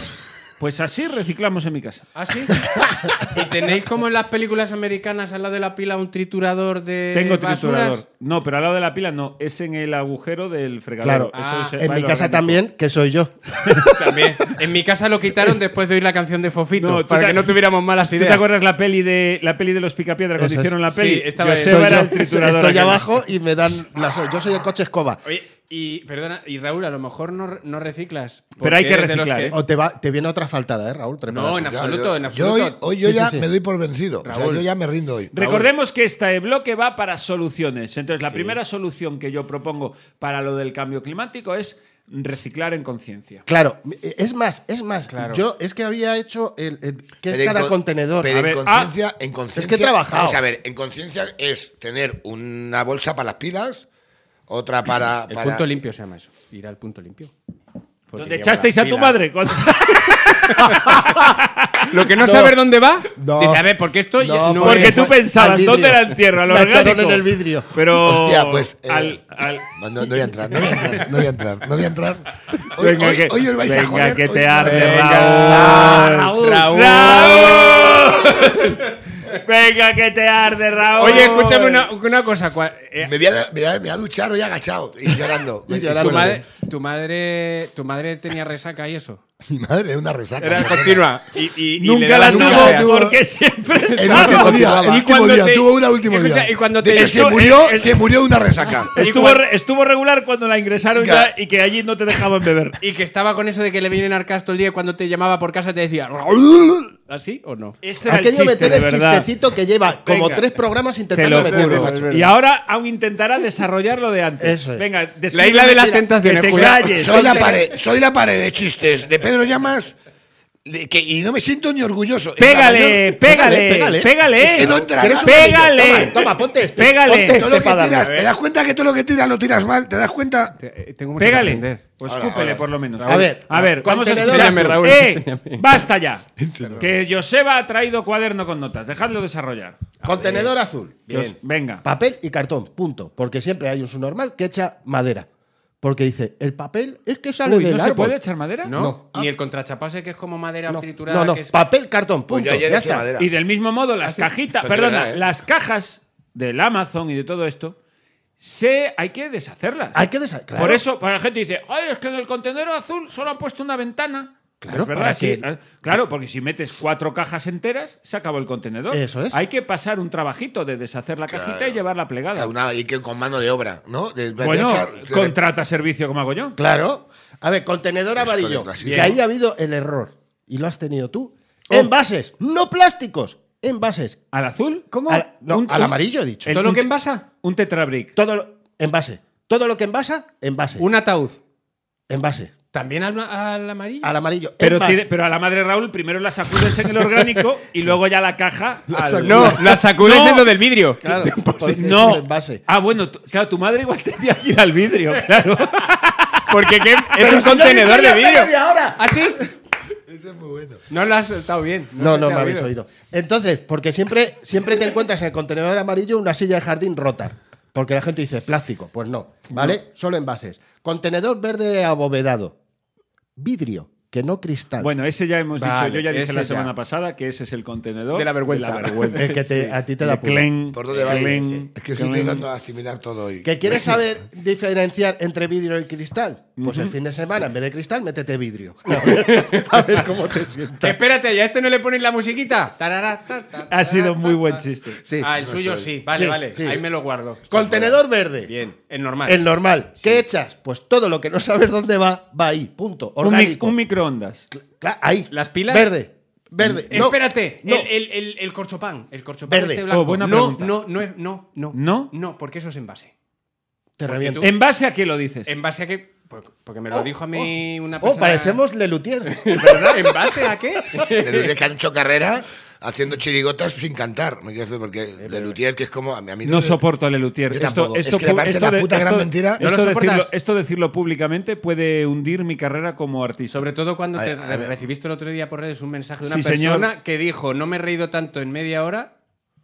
Pues así reciclamos en mi casa. ¿Ah, sí? ¿Y tenéis como en las películas americanas al lado de la pila un triturador de Tengo Eh, basuras? triturador. No, pero al lado de la pila no. Es en el agujero del fregadero. Claro. Eso Ah. es- En va mi el casa orgánico. también, que soy yo. También. En mi casa lo quitaron después de oír la canción de Fofito, No, tú para te- que no tuviéramos malas ¿Tú ideas. te acuerdas la peli de la peli de los picapiedra cuando Eso es. hicieron la Sí, peli? estaba Joseba Seba Soy era yo. el triturador. Estoy aquel. abajo y me dan las. Yo soy el coche escoba. Oye, y perdona, y Raúl, a lo mejor no, re- no reciclas. Pero porque hay que eres de los reciclar, ¿eh? O te, va, te viene otra faltada, ¿eh, Raúl? Prepárate. No, en Ya, absoluto, yo- en yo absoluto. hoy, hoy yo Sí, sí, ya sí. me doy por vencido. O sea, Raúl. yo ya me rindo hoy. Recordemos que este bloque va para soluciones. Entonces, la primera solución que yo propongo para lo del cambio climático es reciclar en conciencia. Claro, es más, es más. Claro. Yo es que había hecho el, el- que es Pero en cada con- contenedor. Pero A en ver, conciencia, ah, en conciencia. es que he trabajado. Vamos a ver, en conciencia es tener una bolsa para las pilas, otra para. El para- punto limpio se llama eso. Ir al punto limpio. Porque ¿Dónde lleva echasteis la a tu pila. madre? Cuando- Lo que no, es saber dónde va, No. dice, a ver, porque esto ya- No, no porque Porque es- tú Al pensabas, vidrio. ¿dónde la entierro? Al La echaron orgánico. en el vidrio. Pero. Hostia, pues, eh, al- al- No, no- no voy a entrar, no voy a entrar, no voy a entrar, no voy a entrar. Hoy, Venga, hoy- que, hoy os vais venga, a joder. que hoy te os- arde, Venga, Raúl. Raúl. Raúl. venga, que te arde, Raúl. Oye, escúchame una, una cosa. cua- eh, Me voy, a, me, voy a, me voy a duchar hoy agachado y llorando. Y tu, llorando. madre, tu, madre, tu madre tenía resaca y eso. Mi madre era una resaca. Era ¿no? continua. Y, y- y le Nunca daba la nunca náuseas. tuvo. tuvo porque siempre El estaba. último día, Y el último cuando día, te- tuvo una última Escucha, día. y cuando De te- que se esto- murió, se murió de una resaca. Estuvo, re- estuvo regular cuando la ingresaron Venga. ya y que allí no te dejaban beber. Y que estaba con eso de que le vienen arcas todo el día y cuando te llamaba por casa te decía ¿Así o no? Este era Ha el querido chiste, meter de el verdad. chistecito que lleva como Venga. tres programas Te intentando lo meterlo, juro. macho. Y ahora aún intentará desarrollar lo de antes. Eso es. Venga, La descríbeme- isla de las Mira, tentaciones. Que te cuidado. calles. Soy la pared, soy la pared de chistes de Pedro Llamas de que- y no me siento ni orgulloso. Es la Pégale, mayor- pégale, pégale, pégale. Es que no entra pégale, nada. pégale. Toma, toma, ponte este. Pégale. Ponte todo lo este que para darle. tiras, ¿Te das cuenta que todo lo que tiras lo tiras mal? ¿Te das cuenta? Te- eh, Tengo mucho que Pégale. aprender. Pues Ahora, escúpele, ahora. por lo menos. A ver, a ver, vamos a contenedor escuchar. azul. Raúl, Eh, enséñame. basta ya. Que Joseba ha traído cuaderno con notas. Dejadlo desarrollar. Contenedor azul. Que os- venga. Papel y cartón, punto. Porque siempre hay un subnormal que echa madera. Porque dice, el papel es que sale Uy, del ¿No se árbol. puede echar madera? ¿No? No. Y el contrachapase que es como madera no, triturada. no, no, que es- papel, cartón, punto. Pues ayer ya eché está. madera. Y del mismo modo, Ah, las cajitas, Pero de perdona, verdad, ¿eh? las cajas del Amazon y de todo esto, se, hay que deshacerlas. Hay que desa- claro. Por eso, para la gente dice, ay, es que en el contenedor azul solo han puesto una ventana. Claro, Es verdad, para sí. ah, que- Claro, porque si metes cuatro cajas enteras, se acabó el contenedor. Eso es. Hay que pasar un trabajito de deshacer la cajita y llevarla plegada. Una- y que con mano de obra, ¿no? De- de- Bueno, echar- contrata servicio como hago yo. Claro. A ver, contenedor amarillo. con el clasismo. Que ahí ha habido el error. Y lo has tenido tú. Envases, no plásticos. Envases. ¿Al azul? ¿Cómo? Al, no, al amarillo he dicho. Mm. el- ¿Todo lo Oh. un- que envasa? Un tetrabric. Todo lo, envase. Todo lo que envasa, envase. Un ataúd. Envase. ¿También al, al amarillo? Al amarillo. Pero, envase. tiene- pero a la madre Raúl primero la sacudes en el orgánico y luego ya la caja. al- No, la sacudes No. en lo del vidrio. Claro, porque es No. un envase. Ah, bueno, tú- claro, tu madre igual tenía que ir al vidrio, claro. Porque que es Pero un si lo he contenedor dicho de yo hace vidrio. eh, media hora. ¿Ah, sí? Eso es muy bueno. No lo has soltado bien. No, se no te me ha habéis oído. Entonces, porque siempre, siempre te encuentras en el contenedor amarillo una silla de jardín rota. Porque la gente dice plástico. Pues no, ¿vale? Solo envases. Contenedor verde abovedado. Vidrio, que no cristal. eh. Bueno, ese ya hemos Vale, dicho, yo ya dije ese la ya. semana pasada que ese es el contenedor De la vergüenza. vergüenza. Eh, El que te- a ti te da De puro. clen, ¿Por dónde vais? clen, Es que estoy clen. intentando asimilar todo hoy. ¿Que quieres saber diferenciar entre vidrio y cristal? Pues el fin de semana, en vez de cristal, métete vidrio. A ver, a ver cómo te Que sientas. espérate, ¿y a este no le pones la musiquita? Tarara, ta, ta, Ha sido tarara, muy ta, buen ta. chiste. Sí. ah, el suyo sí. Vale, Sí, vale. sí. Ahí me lo guardo. Contenedor verde. Bien, el normal. El normal. ¿Qué echas? Pues todo lo que no sabes dónde va, va ahí. Punto. Un, mi- Orgánico. un microondas. Cla- ahí. ¿Las pilas? Mm. Verde. Verde. No, Espérate, no. el, el, el, el corchopán. El corchopán Verde. este blanco. Oh, buena no, pregunta. no, no, es- no, no. ¿No? No, porque eso es envase. Te reviento. tú- ¿En base a qué lo dices? ¿En base a qué? Pues- Porque me lo dijo a mí una Oh, persona. parecemos Lelutier. ¿Verdad? ¿En base a qué? De Luthier que han hecho carrera haciendo chirigotas sin cantar. Me quiero decir, porque de Luthier, que es como. A mí, a mí No soporto a Lelutier. Yo Esto, tampoco. esto, Es que me pu- parece esto la de- puta gran esto- mentira. ¿No lo Esto, decirlo, soportas? esto decirlo públicamente puede hundir mi carrera como artista. Sobre todo cuando te a ver. recibiste el otro día por redes un mensaje de una Sí, señor. persona que dijo: No me he reído tanto en media hora.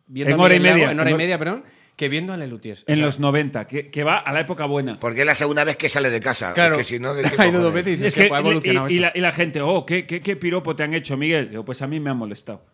Viendo En a hora y Miguel Lago- media. En hora y En hor- media, perdón. Que viendo a Lelutiers. O en sea, los 90, que, que va a la época buena. Porque es la segunda vez que sale de casa. Claro. Es que si no, ¿de qué ha ido dos cojones? veces y dices Es que, "Pues, ha y, evolucionado y esto". la, y la gente, oh, ¿qué, qué, qué piropo te han hecho, Miguel? Digo, pues a mí me ha molestado.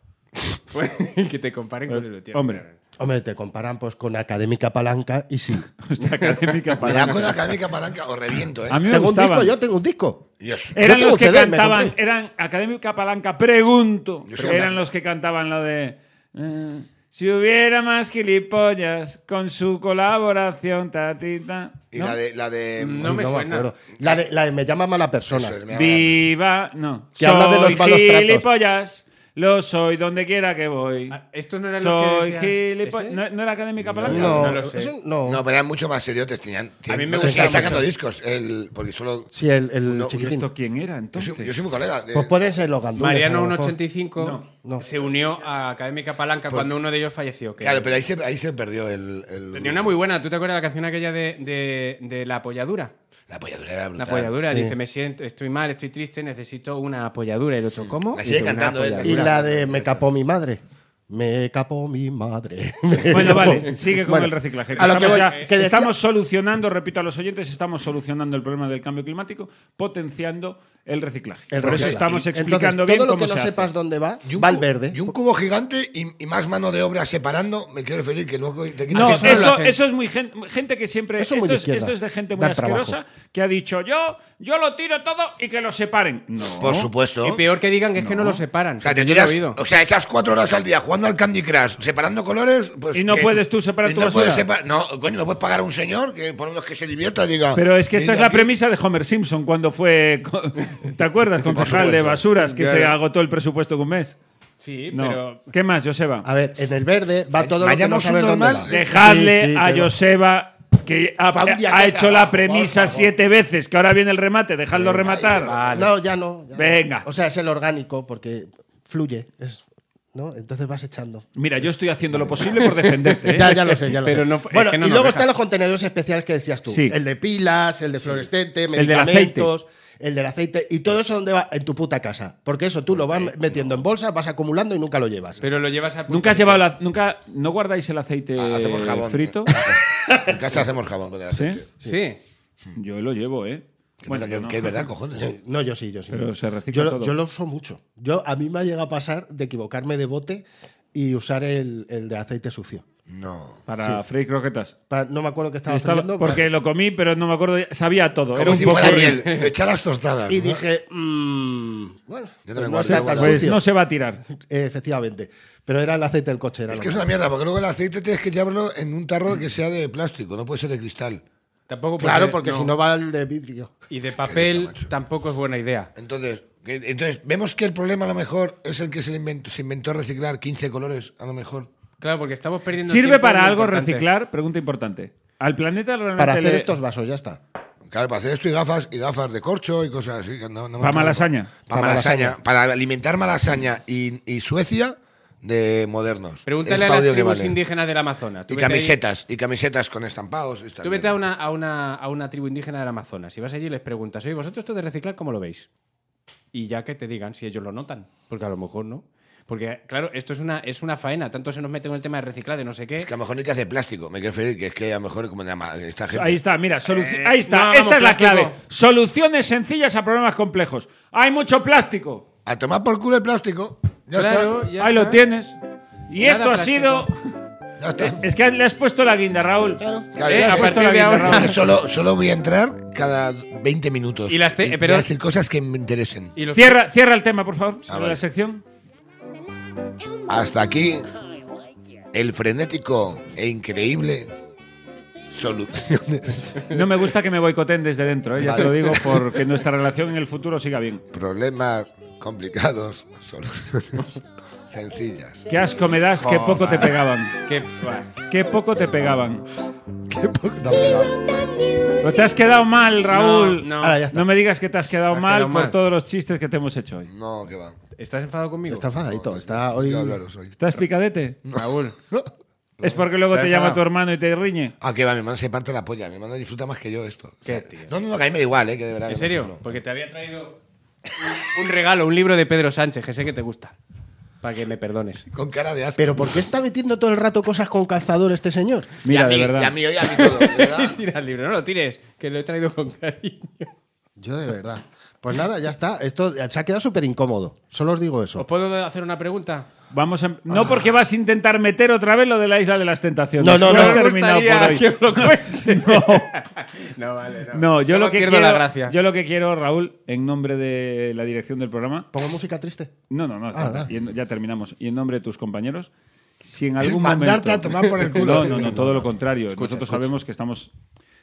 Pues, que te comparen con Lelutier. Eh, Hombre, Hombre, te comparan pues con Académica Palanca y sí. hostia, académica para- Cuidado con la académica palanca, os reviento, ¿eh? A mí me Tengo un gustaban. disco, yo tengo un disco. Dios. Eran yo tengo los que CD, me cantaban, compré. eran Académica Palanca, pregunto. Yo soy Eran una- los que cantaban la de. eh, si hubiera más gilipollas con su colaboración, tatita. Y la de. La de No me suena. La de, la de Me llama mala persona. Eso, me llama- Viva. No. Que habla de Soy los malos tratos. gilipollas, lo soy donde quiera que voy. Ah, ¿Estos no eran Soy los que decían- gilipollas. ¿Ese? ¿No, no era Académica Palanca? No, No lo sé. eso no. No, pero eran mucho más seriotes. Tenían, mí tenían- me no, gustaba Están sacando mucho. discos. el- porque solo. Sí, el, el No, eh, yo chiquitín. ¿Esto quién era Yo soy, entonces? yo soy muy colega. de- Pues pueden ser los gandules. Mariano a lo mejor. 185 No. se unió a Académica Pues- Palanca cuando uno de ellos falleció. que claro, pero ahí se, ahí se perdió el. el- Tenía una muy buena. ¿Tú te acuerdas de la canción aquella de, de- de la apoyadura? La apoyadura era Una brutal. apoyadura, dice, me siento, estoy mal, estoy triste, necesito una apoyadura. Y el otro, ¿cómo? La Y sigue dice, "Una cantando él. apoyadura". Y la de Me capó mi madre. Me capó mi madre. Me Bueno, capó- vale, sigue con Bueno, el reciclaje. A lo que estamos, voy, ya- que decía- estamos solucionando, repito a los oyentes, estamos solucionando el problema del cambio climático, potenciando el reciclaje. el Por eso reciclaje. estamos Entonces, explicando bien todo lo cómo que no se hace. sepas dónde va, Y un va al cu- verde. Y un cubo gigante y, y más mano de obra separando. Me quiero referir que luego te quitas No, eso no lo eso, hacen. eso es muy gen- gente, que siempre. Eso es muy esto, de es, izquierda, esto es de gente muy dar asquerosa trabajo. que ha dicho yo, yo lo tiro todo y que lo separen. No. Por supuesto. Y peor que digan que es que no lo separan. O sea, porque te yo lo he tiras, oído. Oh, o sea, echas cuatro horas al día jugando al Candy Crush, separando colores. Pues Y no que- puedes tú separar y tu no puedes basura. sepa- No, coño, no puedes pagar a un señor que por lo menos que se divierta y Ah, diga. Pero es que esta "Mira es la aquí". premisa de Homer Simpson cuando fue. co- ¿Te acuerdas? Concejal de supuesto. basuras que se Claro. agotó el presupuesto con un mes. Sí, No. pero... ¿Qué más, Joseba? A ver, en el verde va todo lo que no vayamos un sabes dónde normal. va. Dejadle Sí, sí, a te- Joseba que ha, Pa' un día ha que hecho trabajo, la premisa por favor. siete veces, que ahora viene el remate, dejadlo rematar. No, ya no. ya no. Venga. O sea, es el orgánico porque fluye. es- ¿no? Entonces vas echando. Mira, yo estoy haciendo lo posible por defenderte. ¿eh? Ya, ya lo sé, ya lo Pero sé. no- es bueno, que no nos y luego dejas. están los contenedores especiales que decías tú. Sí. El de pilas, el de fluorescente, del medicamentos, el del aceite. Y todo eso donde va en tu puta casa. Porque eso tú lo vas metiendo en bolsas, vas acumulando y nunca lo llevas. Pero lo llevas al punto Nunca has de- llevado la, nunca no guardáis el aceite Ah, hacemos jabón. Eh, frito. En casa hacemos jabón con el aceite. ¿Sí? Sí. Yo lo llevo, ¿eh? Que, bueno, no. que es verdad, cojones. No, yo sí, yo sí. Pero se recicla yo, lo- todo. yo lo uso mucho. Yo, a mí me ha llegado a pasar de equivocarme de bote y usar el, el de aceite sucio. No. Para freír croquetas. Pa- no me acuerdo qué estaba, Estaba- haciendo. porque lo comí, pero no me acuerdo, sabía todo. ¿eh? Era Como un si poco- fuera miel. Echar las tostadas. Y ¿no? dije, mmm, bueno, Yo pues también no guardé está tan guardado. pues sucio. no se va a tirar. Eh, Efectivamente. Pero era el aceite del coche. Era Es lo que es malo. una mierda, porque luego el aceite tienes que llevarlo en un tarro que sea de plástico, no puede ser de cristal. Tampoco puede Claro, ser- porque no. si ¿eh? no va el de vidrio. Y de Qué papel macho. tampoco es buena idea. Entonces, que- entonces vemos que el problema a lo mejor es el que se, le inventó, se inventó reciclar 15 colores, a lo mejor. Claro, porque estamos perdiendo ¿Sirve tiempo en para lo algo importante. reciclar? Pregunta importante. Al planeta realmente Para hacer le- estos vasos, ya está. Claro, para hacer esto y gafas, y gafas de corcho y cosas así. que no- no me Pa' acuerdo. malasaña. Pa' Pa' malasaña. malasaña. Para alimentar malasaña y, y Suecia de modernos. Pregúntale Es a las audio que tribus vale. indígenas del Amazonas. Tú Y vete ahí- camisetas, y camisetas con estampados. y esta Tú vete mierda. a una, a, una, a una tribu indígena del Amazonas y vas allí y les preguntas, oye, ¿vosotros esto de reciclar cómo lo veis? Y ya que te digan si ellos lo notan, porque a lo mejor no. Porque, claro, esto es una, es una faena. Tanto se nos mete con el tema de reciclar, de no sé qué. Es que a lo mejor ni que hace plástico. Me quiero referir que es que a lo mejor como en la ma- esta gente. Ahí está, mira, solu- Eh, ahí está, no hagamos esta es la plástico. clave. Soluciones sencillas a problemas complejos. Hay mucho plástico. A tomar por culo el plástico. Ya Claro, está. ya Ahí lo está. tienes. Y Nada esto ha plástico. sido Ya está. es que le has puesto la guinda, Raúl. Claro, Eh, es a que- partir de ahora. es que solo, solo voy a entrar cada 20 minutos. Y las te- eh, voy pero- a decir cosas que me interesen. Y los- Cierra, cierra el tema, por favor, sobre vale. la sección. Hasta aquí el frenético e increíble soluciones. No me gusta que me boicoten desde dentro, ¿eh? ya te lo digo, porque nuestra relación en el futuro siga bien. Problemas complicados, soluciones sencillas. Qué asco me das, qué poco te pegaban. que- Qué poco te pegaban. Pero te has quedado mal, Raúl. No, no. Ahora ya está. No me digas que te has quedado Te has mal quedado por mal. todos los chistes que te hemos hecho hoy. No, que va. ¿Estás enfadado conmigo? Está enfadadito. Está hoy. Yo hablaros hoy. ¿Estás picadete? Raúl. Es porque luego Está te llama enfadado. tu hermano y te riñe. Ah, que va, mi hermano se parte la polla. Mi hermano disfruta más que yo esto. O sea, Qué tío. No, no, no, que a mí me da igual, eh, que de verdad. ¿En que no serio? sufro. Porque te había traído un- un regalo, un libro de Pedro Sánchez, que sé que te gusta. Para que me perdones. Con cara de asco. Pero ¿por qué está metiendo todo el rato cosas con calzador este señor? Mira, Y a mí, de Y a verdad. mí, y a mí todo, de verdad. Tira el libro, no lo tires, que lo he traído con cariño. Yo de verdad. Pues nada, ya está. Esto eh, se ha quedado súper incómodo. Solo os digo ¿Os eso. puedo hacer una pregunta? Vamos a- No porque vas a intentar meter otra vez lo de la isla de las tentaciones. No, no, Tú no. has Me terminado por hoy. que os lo cuente. no. vale, no. No, yo Luego lo que pierdo quiero, la gracia. yo lo que quiero, Raúl, en nombre de la dirección del programa, Pongo música triste. no, no, no, Ah, ya- ah. y en- ya terminamos. Y en nombre de tus compañeros, si en Es algún mandarte momento, a tomar por el culo. No, no, no, todo lo contrario. Nosotros sabemos que estamos,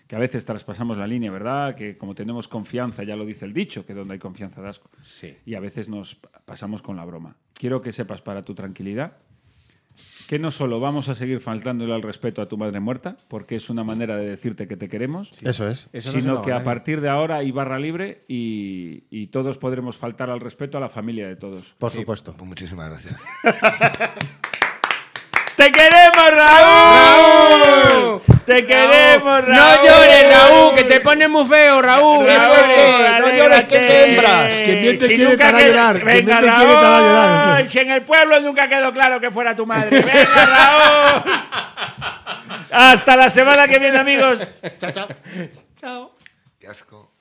que a veces traspasamos la línea, ¿verdad? Que como tenemos confianza, ya lo dice el dicho, que donde hay confianza das asco. Sí. Y a veces nos pa- pasamos con la broma. Quiero que sepas para tu tranquilidad que no solo vamos a seguir faltándole al respeto a tu madre muerta, porque es una manera de decirte que te queremos, Eso es. Eso no se ¿eh? sino lo que a hagáis. partir de ahora hay barra libre y, y todos podremos faltar al respeto a la familia de todos. Por supuesto. Pues muchísimas gracias. ¡Te queremos, Raúl! Te queremos, Raúl. No llores, Raúl, que te pones muy feo, Raúl. Raúl, fuerte, no llores, que te hembras. Quien bien te quiere, nunca te hará quedó- llorar. Quien bien Venga, te quiere, te hará Raúl, llorar. Si en el pueblo nunca quedó claro que fuera tu madre. Venga, Raúl. Hasta la semana que viene, amigos. Qué asco.